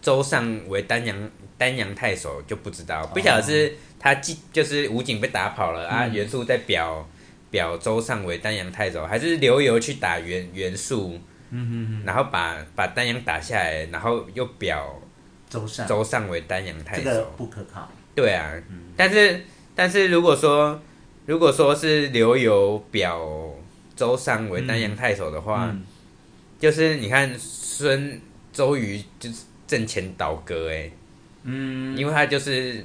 周上为丹阳丹阳太守就不知
哦
道，不晓得是他既就是吴景被打跑了、啊，
嗯
袁术在表表周上为丹阳太守，还是刘游去打袁袁术，嗯然后把把丹阳打下来，然后又表
周善
周上为丹阳太
这
守，
个不嗯可靠，
对啊，但是但是如果说如果说是刘游表周尚为丹阳太守的话，
嗯
就是你看孙周瑜就是阵前倒戈哎、嗯，因为他就是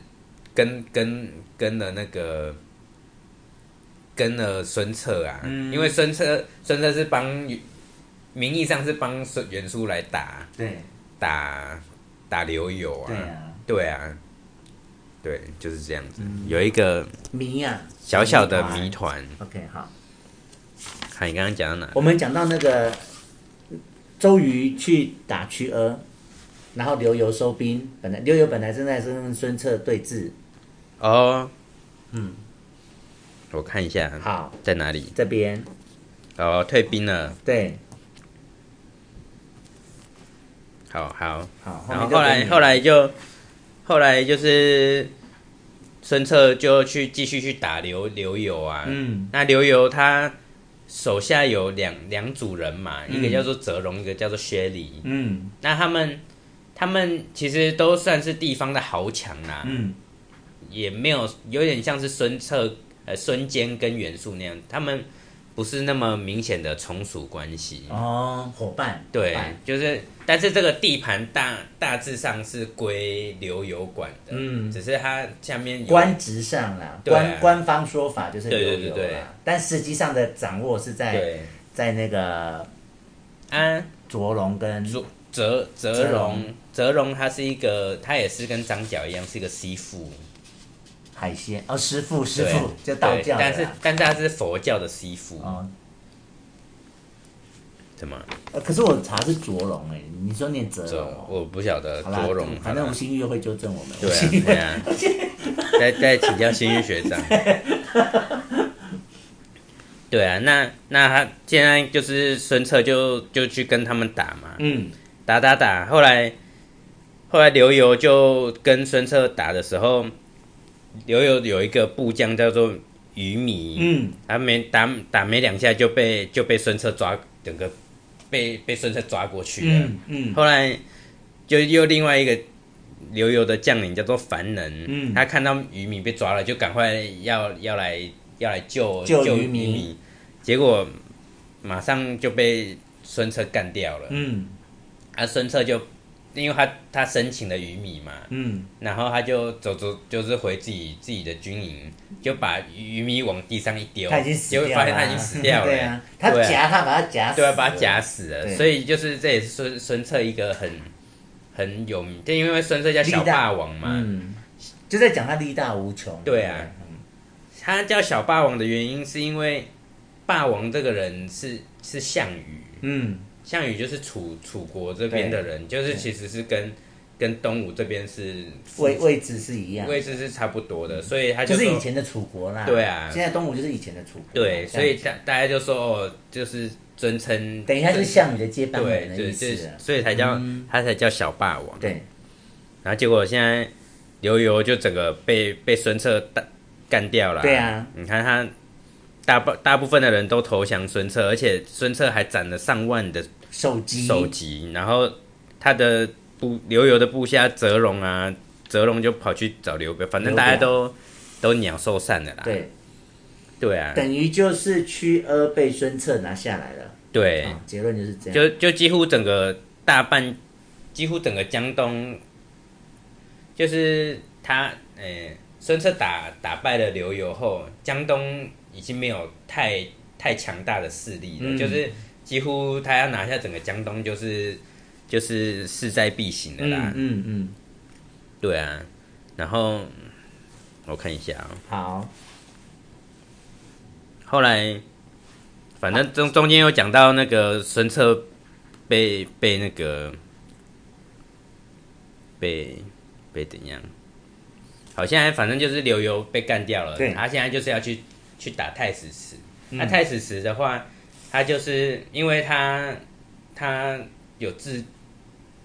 跟跟跟了那个跟了孙策啊，
嗯
因为孙策孙策是帮名义上是帮孙袁术来打
对
打打刘友
对啊，
对啊，对，就是这样子，
嗯
有一个
迷啊，
小小的
团
谜团。
OK，好，
看你刚刚讲到哪？
我们讲到那个周瑜去打曲阿，然后刘游收兵。本来刘游本来正在跟孙策对峙，
哦，嗯，我看一下
好，
在哪里。
这边
哦，退兵了。
对，
好好，
好，
然后
面就
后来
给你
后来就后来就是孙策就去继续去打刘刘游啊。
嗯，
那刘游他手下有两两组人马，一个叫做泽荣，一个叫做薛礼。
嗯
那他们他们其实都算是地方的豪强啦、
嗯
也没有有点像是孙策、呃孙坚跟袁术那样，他们不是那么明显的从属关系。
哦，伙伴
对
伙伴，
就是，但是这个地盘大大致上是归刘游管的，
嗯
只是他下面有
官职上啦，
对啊
官官方说法就是
对对
刘游啦，
对对
但实际上的掌握是在
对
在那个
啊，
卓龙跟
卓泽泽
泽
荣
荣，
泽荣他是一个，他也是跟张角一样是一个西父，
海鲜哦，师傅师
对
傅就道
对
教的
但是
啦
但是他是佛教的西父，
哦，
怎么？
呃可是我查是卓龙哎，你说念泽
这
龙哦。
我不晓得
好啦
卓荣，
反正吴新玉又会纠正我们。吴
对啊
新玉，
对啊，再再请教新玉学长。对啊，那那他现在就是孙策就就去跟他们打嘛，
嗯，
打打打，后来后来刘游就跟孙策打的时候，刘游有一个部将叫做于米，
嗯，
他没打打没两下就被就被孙策抓，整个被被孙策抓过去了，
嗯嗯
后来就又另外一个刘游的将领叫做樊能，
嗯
他看到渔民被抓了，就赶快要要来要来救
救
救
渔民
民，结果马上就被孙策干掉了。
嗯
啊，孙策就因为他他申请了鱼米嘛，
嗯，
然后他就走走，就是回自己自己的军营，就把鱼米往地上一丢，
他已经死
结
掉
啊
果
了，啊
发现他已经死 掉了，
对啊，他
对啊
夹他把他夹死，
对啊，把他夹，死了。
对
所以就是这也是孙孙策一个很很有名，就因为孙策叫小霸王嘛，
嗯，就在讲他力大无穷，
对啊他叫小霸王的原因是因为霸王这个人是是项羽，
嗯，
项羽就是楚楚国这边的人，就是其实是跟跟东吴这边是
位位置是一样，
位置是差不多的，所以他
就是
说
以前的楚国啦，
对啊
现在东吴就是以前的楚国啦，
对，
这
所
样
以大大家就说哦，就是尊称，
嗯等于他是项羽的接班
对
人，的
对
意
对
思啊，，
所以才叫、他才叫小霸王。
对，
然后结果现在刘游就整个被被孙策干干掉了。
对啊，
你看他大部大部分的人都投降孙策，而且孙策还攒了上万的
手机
首级，然后他的部刘游的部下泽荣啊，泽荣就跑去找刘表，反正大家
刘表
都都鸟兽散了啦。
对，
对啊，
等于就是屈阿被孙策拿下来了，
对，
啊，结论就是这样，
就就几乎整个大半，几乎整个江东，就是他，呃、孙策打打败了刘游后，江东已经没有太太强大的势力了，
嗯
就是几乎他要拿下整个江东，就是就是势在必行的啦。
嗯嗯嗯，
对啊，然后我看一下啊、
好，
后来，反正中中间有讲到那个孙策被被那个被被怎样？好，现在反正就是刘游被干掉了，
对
他现在就是要去去打太史慈。那、
嗯
太史慈的话，他就是因为他他有自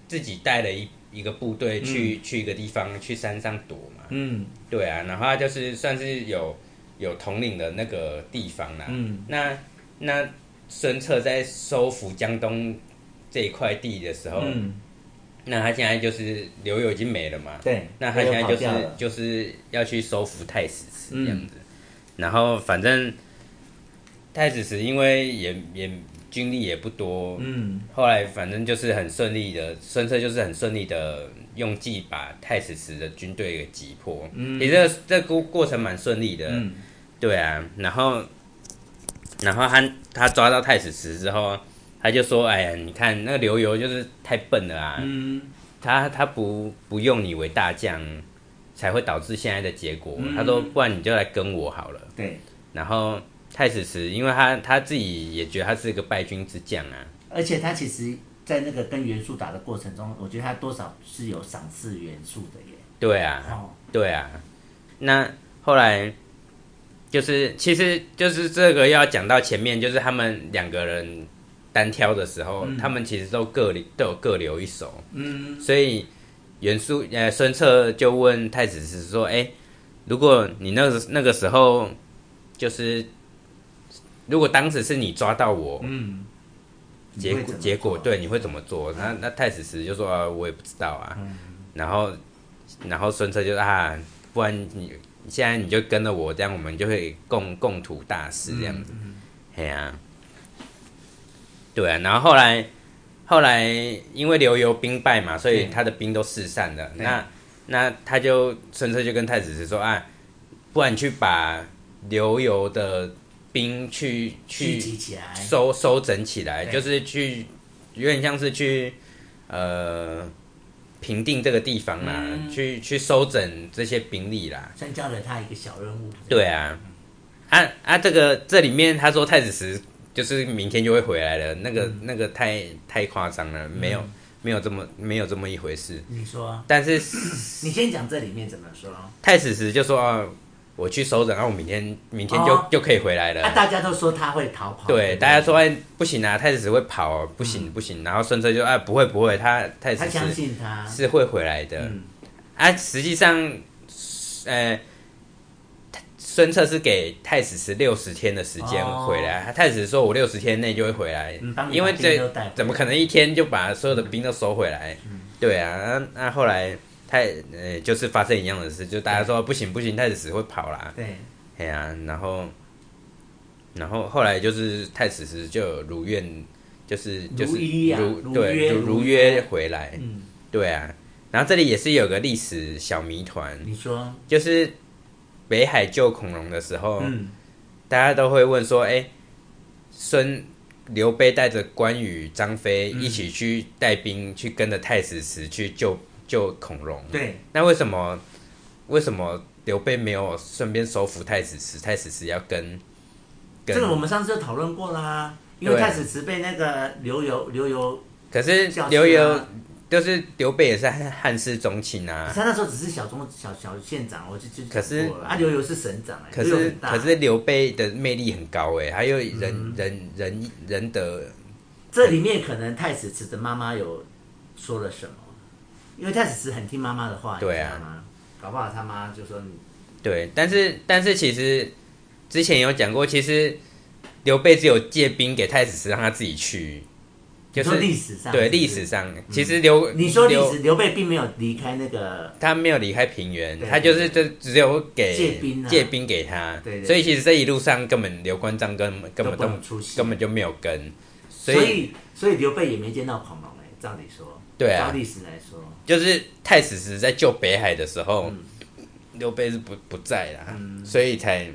自己带了一一个部队去、去一个地方去山上躲嘛，
嗯
对啊，然后他就是算是有有统领的那个地方啦。
嗯
那那孙策在收复江东这一块地的时候，
嗯，
那他现在就是刘友已经没了嘛，
对，
那他现在就
又跑掉
是
了嗯
就是要去收服太史慈这样子。然后反正太史慈因为也也军力也不多，
嗯
后来反正就是很顺利的，孙策就是很顺利的用计把太史慈的军队给击破。嗯，也这这过过程蛮顺利的。
嗯，
对啊，然后然后他他抓到太史慈之后，他就说：“哎呀，你看那个刘游就是太笨了啊，
嗯
他他不不用你为大将，才会导致现在的结果。他说：“不然你就来跟我好了。”
对，
然后太史慈因为他他自己也觉得他是一个败军之将啊。
而且他其实，在那个跟袁术打的过程中，我觉得他多少是有赏识袁术的耶。
对啊，
哦，
对啊，那后来就是，其实就是这个要讲到前面，就是他们两个人单挑的时候，他们其实都各留都有各留一手，
嗯，
所以袁术呃孙策就问太史慈说：“哎、如果你那个那个时候就是，如果当时是你抓到我，
嗯，
结
你会
果
怎么
结果
做啊
对你会怎么做？那那太史慈就说、啊、我也不知道啊，
嗯
然后然后孙策就啊，不然你你现在你就跟着我，这样我们就会共共图大事这样子，
嗯
嘿啊，对啊，然后后来后来因为刘游兵败嘛，所以
嗯
他的兵都四散了，
对
那那他就孙策就跟太史慈说啊，不然你去把刘游的兵去
聚
去
集起来，
收收整起来，
对
就是去有点像是去呃平定这个地方啦，
嗯
去去收整这些兵力啦。
增加了他一个小任务。
对啊，啊啊，这个这里面他说太子石就是明天就会回来了，那个、
嗯
那个太太夸张了，没有、没有这么没有这么一回事。
你说，
但是
你先讲这里面怎么说？
太子石就说、啊、我去收整，然、后我明天明天就、
哦
就可以回来了。
啊，大家都说他会逃跑。
对，
不
大家说哎不行啊，太子只会跑哦，不行不行。然后孙策就啊不会不会，他太
嗯他
子
相
是
信他，
是会回来的。
啊嗯
啊，实际上，呃，孙策是给太史慈六十天的时间
哦
回来，太史说我六十天内就会回来，
嗯帮你
因为
把兵
这
都带回来嗯
怎么可能一天就把所有的兵都收回来？对啊，那、那后来太呃就是发生一样的事，就大家说不行不行，太史慈会跑啦，
对，
哎呀、然后然后后来就是太史慈就有如愿，就是就是
如一啊
如
如
对
约
如
如
如
约
约回来，
嗯，
对啊。然后这里也是有个历史小谜团，
你说，
就是北海救恐龙的时候，
嗯，
大家都会问说，哎、孙刘备带着关羽、张飞
嗯
一起去带兵、去跟着太史慈去救救恐龙，
对，
那为什么为什么刘备没有顺便收服太史慈？太史慈要跟跟
这个我们上次就讨论过啦，因为
对
太史慈被那个刘游刘游，
可是
小
刘
事啊
游就是刘备也是汉汉室宗亲
可
啊
是，他那时候只是小中小小县长，我就就
可是
讲过了啊，刘游是省长哎，
可
刘游
是
很大
可是刘备的魅力很高哎、还有仁、仁仁仁德，
这里面可能太史慈的妈妈有说了什么，因为太史慈很听妈妈的话，
对啊
你知道吗？搞不好他妈就说你
对，但是但是其实之前有讲过，其实刘备只有借兵给太史慈让他自己去，就
你
是
说历史上
对
是不是嗯
历史上，其实刘、
你说历
刘
史刘备并没有离开那个，
他没有离开平原，
对
他就是就只有给
借兵啊
借兵给他，
对对
所以其实这一路上根本刘关张根本根本
都不
都
能出席
根本就没有跟，所
所以所以刘备也没见到恐龙哎，照理说，
对
照
啊
历史来说，
就是太史慈在救北海的时候，
嗯
刘备是不不在啦，所以才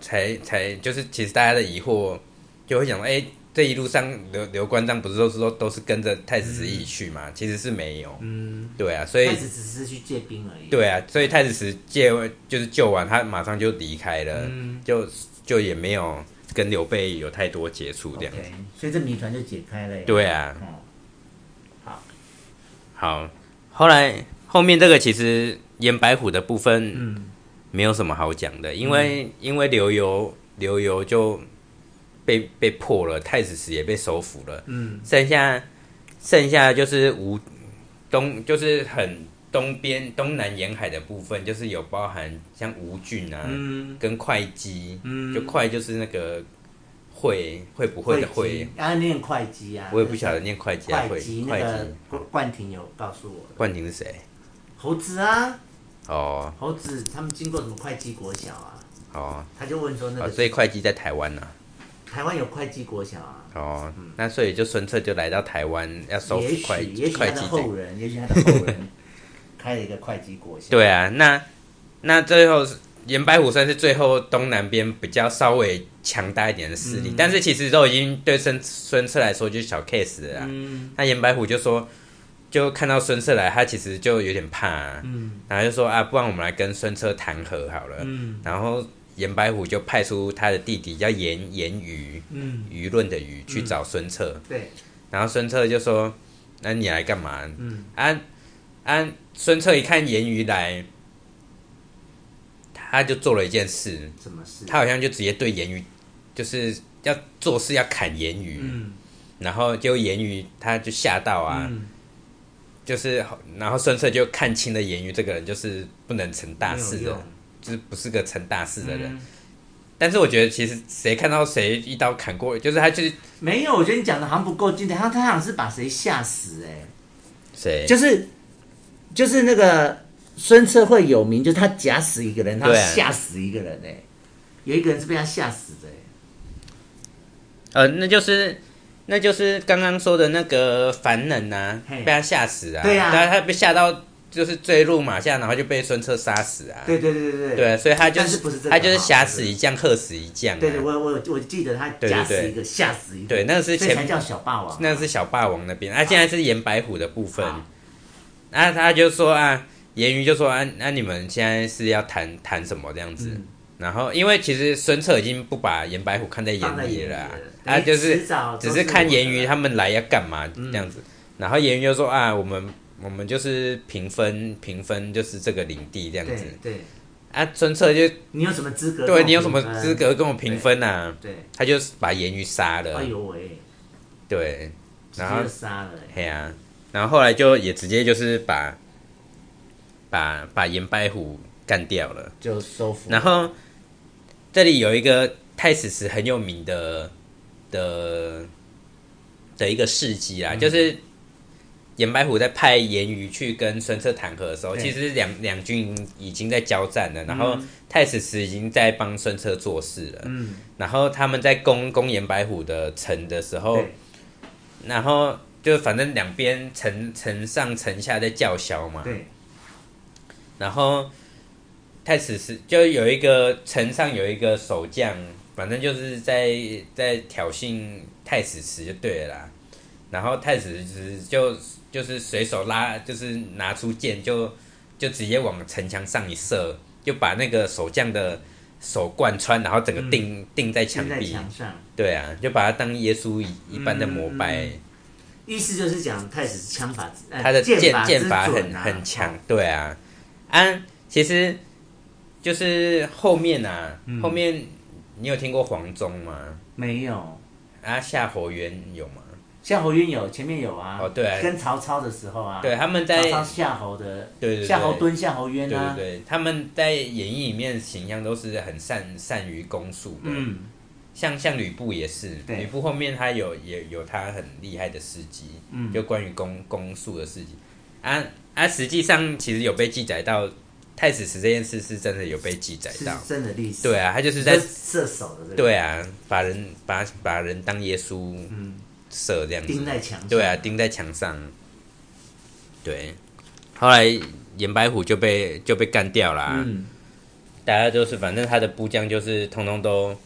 才才就是其实大家的疑惑就会想说，哎、这一路上刘刘关张不是都是说都是跟着太史慈一起去嘛？其实是没有，
嗯，
对啊，所以
太史只是去借兵而已，，
对啊，所以太史慈借就是救完，他马上就离开了，
嗯
就就也没有跟刘备有太多接触这样。
OK，所以这谜团就解开了耶，
对啊，
哦，
好，后来后面这个其实颜白虎的部分
嗯，
没有什么好讲的，因为、因为刘游刘游就被被破了，太史慈也被收服了，
嗯，
剩下剩下就是吴东就是很。东边东南沿海的部分，就是有包含像吴郡啊，
嗯
跟会稽，
嗯
就会就是那个会会不会的会
计，，啊，念会计啊，
我也不晓得念会稽
那
还是
个会
会
计那
会
个
稽。
冠冠廷有告诉我，
冠廷是谁？
猴子啊，
哦
猴子他们经过什么会计国小啊，
哦
他就问说那
哦，
个
所以会稽在台湾呐、啊
台湾有会计国小啊。
哦，那所以就孙策就来到台湾要收复
也
会
许也许他
会
的
稽这
后人，也许他的后人开了一个会计国小。
对啊，那那最后是颜白虎算是最后东南边比较稍微强大一点的势力，但是其实都已经对孙孙策来说就是小 case 了啦。那颜白虎就说，就看到孙策来，他其实就有点怕、啊然后就说啊，不然我们来跟孙策谈和好了。然后颜白虎就派出他的弟弟叫颜颜瑜，
嗯，
舆论的舆去找孙策。
对，
然后孙策就说：“那你来干嘛？”嗯，啊啊！孙策一看严于来，他就做了一件事，
什么事？
他好像就直接对严于，就是要做事要砍严于，
嗯
然后就严于他就吓到啊，就是然后孙策就看清了严于这个人，就是不能成大事
没有
的
用，嗯
就是不是个成大事的人。但是我觉得其实谁看到谁一刀砍过，就是他就是
没有，我觉得你讲的好像不够精彩。他他好像是把谁吓死哎、
谁
就是就是那个孙策会有名，就是他假死一个人，他
对啊
吓死一个人哎、有一个人是被他吓死的、哎
呃，那就是那就是刚刚说的那个凡人呐、啊
嘿，
被他吓死啊，
对啊
但他被吓到就是坠入马下，然后就被孙策杀死啊，
对对对对对。
对，所以他就
但是不是这个
他就是
哈
挟死一将，克死一将、啊，
对对，我我我记得他
对
假死
对
一个，吓死一个，
对那个
所
是
以才
前
叫小霸王。
那是小霸王那边，啊，现在是颜白虎的部分
好，
那、他就说啊，颜瑜就说啊，那、你们现在是要谈谈什么这样子？
嗯
然后，因为其实孙策已经不把颜白虎看在
放在
眼里
眼
了
里
啊
了，
啊，
对
就是
迟早都
只
是
是看
我
颜
的
瑜
啦嗯
他们来要干嘛这样子。然后颜瑜就说啊，我们我们就是平分平分，就是这个领地这样子
对对，
啊。孙策就
你有什么资格？
对你有什么资？格跟我平分
哎
啊？
对，
他就把颜瑜杀了
哎，呦喂，
对，然后
直接就杀了、哎
嘿啊，然后后来就也直接就是把把把颜白虎干掉了。
就收服。
然后这里有一个太史慈很有名
嗯
的的的一个事迹啊，就是严白虎在派严于去跟孙策谈和的时候，
对嗯
其实两两军已经在交战了，然后太史慈已经在帮孙策做事了。嗯，然后他们在攻攻严白虎的城的时候
对，
然后就反正两边城城上城下在叫嚣嘛。
对，
然后太史慈就有一个城上有一个守将，反正就是在在挑衅太史慈就对了啦。然后太史慈就就是随手拉，就是拿出剑就就直接往城墙上一射，就把那个守将的手贯穿，然后整个钉、钉在墙
嗯钉在
壁。
墙上，
对啊，就把他当耶稣一一般的膜拜。
意思就是讲太史枪法之，呃
他的剑
法
剑
之
法很
准啊
很强
哦，
对啊，啊，其实就是后面啊，后面你有听过黄忠吗？
没有，
啊，夏侯渊有吗？
夏侯渊有，前面有啊。
哦对啊
跟曹操的时候啊。
对，他们在
曹操夏侯的，
对对对
夏侯惇、夏侯渊
对对
啊。
对，他们在演义里面形象都是很善善于攻术的，
嗯，
像像吕布也是，
对
吕布后面他有也有他很厉害的事迹，
嗯
就关于攻攻术的事迹。啊啊，实际上其实有被记载到太史慈这件事是真的有被记载
是
到，
真的历史。
对
啊，
啊，他就是在
射手的这个。
对啊，把人把把人当耶稣射这样
嗯钉
子，
在墙上。
对啊，钉在墙上，对。后来严白虎就被就被干掉啦、
嗯，
大家就是反正他的部将就是通通都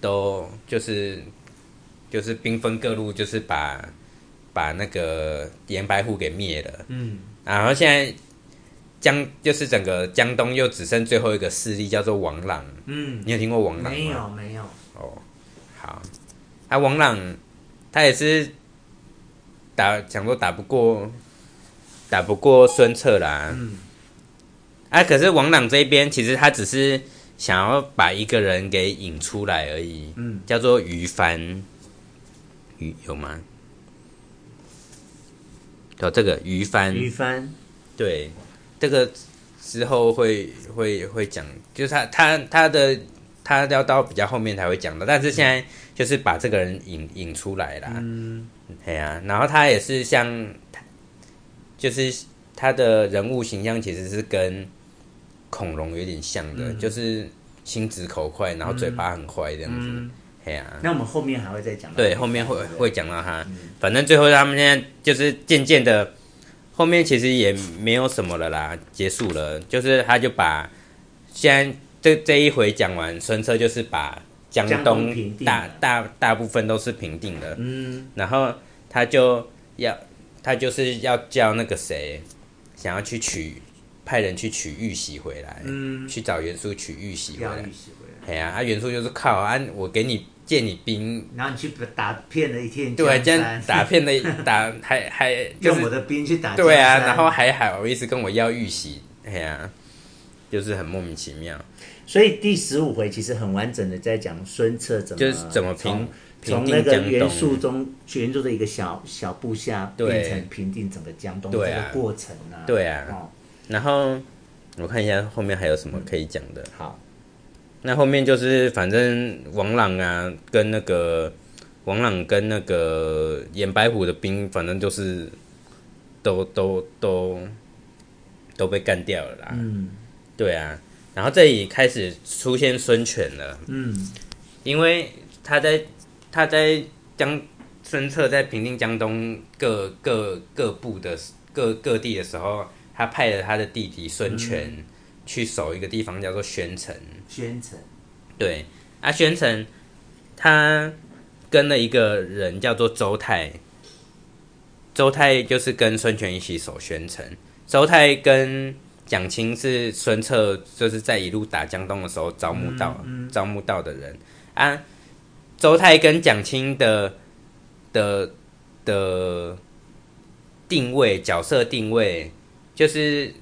都就是就是兵分各路，就是把把那个严白虎给灭了。
嗯，
然后现在江就是整个江东又只剩最后一个势力叫做王朗，
嗯，
你有听过王朗吗？
没有没有，
哦，好，啊，王朗他也是打，讲说打不过，打不过孙策啦。
嗯，
啊，可是王朗这边其实他只是想要把一个人给引出来而已，
嗯，
叫做于帆，于有吗？有这个于帆，
于帆，
对，这个之后会会会讲，就是他他他的他要到比较后面才会讲的，但是现在就是把这个人引引出来啦，
嗯，
对啊，然后他也是像，就是他的人物形象其实是跟恐龙有点像的，就是心直口快，然后嘴巴很坏这样子，哎呀、
那我们后面还会再讲到。
对，后面会会讲到他，反正最后他们现在就是渐渐的，后面其实也没有什么了啦，结束了，就是他就把现在这这一回讲完，孙策就是把江
江东
东
平定
大
了
大大部分都是平定的，
嗯，
然后他就要他就是要叫那个谁，想要去取派人去取玉玺回来，
嗯
去找袁术取玉玺回
要
来
历，史回来。
哎呀、啊袁术就是靠啊，我给你借你兵。
然后你去打遍了一天江
对，
山，
这样 打骗 的打还还就
用
是
我的兵去打江山。
对啊，然后还好意思跟我要玉玺，哎呀、就是很莫名其妙，
啊
所以第十五回其实很完整的在讲孙策怎么
就是怎么
从
平平
从那
定
个
江
袁术
东，
中袁术的一个小小部下
对
变成平定整个江东这
对啊
个过程啊，
对啊，
哦，
然后我看一下后面还有什么可以讲的。
好，
那后面就是反正王朗啊，跟那个王朗跟那个颜白虎的兵，反正就是都都都都被干掉了啦。
嗯
对啊，然后这里开始出现孙权了。
嗯，
因为他在他在江孙策在平定江东各各各部的各各地的时候，他派了他的弟弟孙权
嗯
去守一个地方叫做宣城。
宣城，
对，啊，宣城他跟了一个人叫做周泰，周泰就是跟孙权一起守宣城。周泰跟蒋钦是孙策，就是在一路打江东的时候招募到、招募到的人啊。周泰跟蒋钦的的的定位角色定位，就是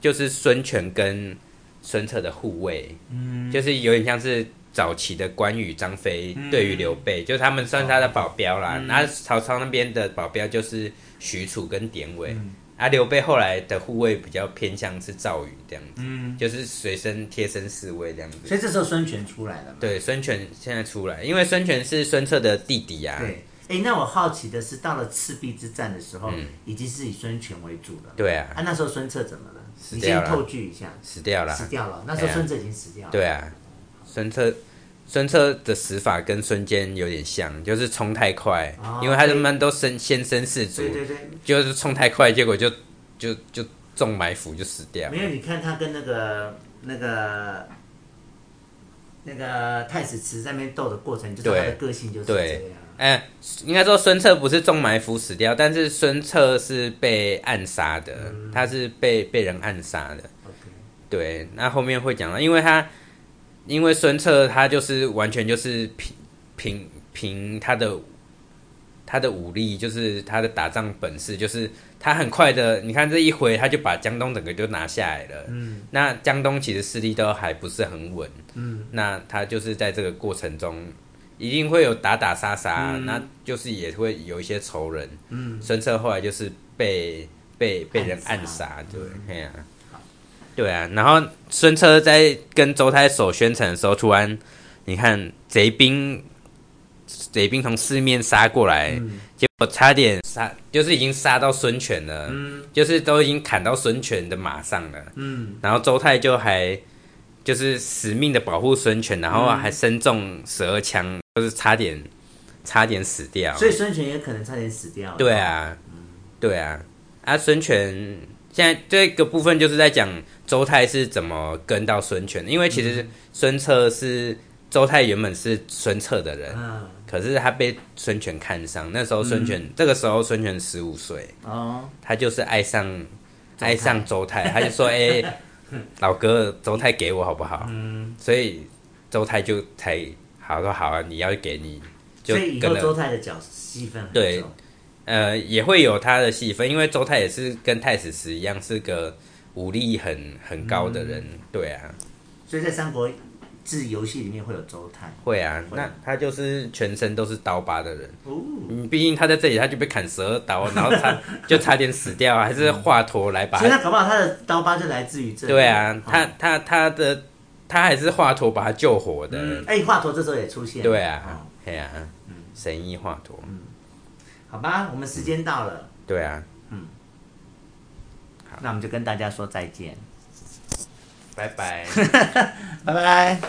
就是孙权跟孙策的护卫，嗯，就是有点像是早期的关羽、张飞对于刘备，就是他们算是他的保镖啦。然后曹操那边的保镖就是许褚跟典韦，啊，刘备后来的护卫比较偏向是赵云这样子，
嗯，
就是随身贴身侍卫这样子。
所以这时候孙权出来了嘛。
对，孙权现在出来，因为孙权是孙策的弟弟啊，
对，
哎，那我好奇的是，到了赤壁之战的时候，
嗯
已经是以孙权为主了。
对啊，
啊，那时候孙策怎么了？你
掉
先
了
透剧一下，
死掉了。
死掉了。那时
对啊
候孙策已经死掉了。
对啊，孙策孙策的死法跟孙坚有点像，就是冲太快，
哦
因为他们都身先身士卒
对，对对，
就是冲太快，结果就就就中埋伏就死掉了
没。有，你看他跟那个那个那个太史慈在那边斗的过程，就知道他的个性就是这
对
样。
哎、应该说孙策不是中埋伏死掉，但是孙策是被暗杀的，他是被被人暗杀的。
OK，
对，那后面会讲到，因为他因为孙策他就是完全就是凭凭凭他的他的武力，就是他的打仗本事，就是他很快的，你看这一回他就把江东整个就拿下来了。嗯，那江东其实势力都还不是很稳。嗯，那他就是在这个过程中。一定会有打打杀杀，那就是也会有一些仇人。嗯，孙策后来就是被被被人暗
暗杀
杀，对，嘿啊。对啊，然后孙策在跟周太守宣城的时候，突然你看贼兵，贼兵从四面杀过来，结果差点杀，就是已经杀到孙权了，
嗯
就是都已经砍到孙权的马上了，嗯，然后周泰就还就是死命的保护孙权，然
嗯
后还身中十二枪，就是差点差点死掉，
所以嗯孙权也可能差点死掉了。
对，啊，对啊，啊，孙权现在这个部分就是在讲周泰是怎么跟到孙权的，因为
嗯
其实孙策是周泰原本是孙策的人，
嗯，
可是他被孙权看上，那时候孙权、这个时候孙权十五岁，
哦，
他就是爱上
泰
爱上周泰，他就 说：“哎、老哥，周泰给我好不好？”
嗯
所以周泰就才好说好啊，你要给你就
所以以
跟
后
了
周泰的角戏份很
对
重。
呃，也会有他的戏份，因为周泰也是跟太史慈一样，是个武力很很高的人，
嗯
对啊，
所以在《三国志》游戏里面会有周泰。
会啊，
会
那他就是全身都是刀疤的人，
哦，
嗯，毕竟他在这里他就被砍十二 刀，然后差就差点死掉啊，还是华佗来把
所以
他，
他搞不好他的刀疤就来自于这里。
对啊
哦，
他他他的他还是华佗把他救活的，
嗯，哎，华佗这时候也出现了。
对
哦嗯
啊，对啊，神医华佗，
好吧，我们时间到了，
对啊，嗯
那我们就跟大家说再见，
拜拜。
拜拜。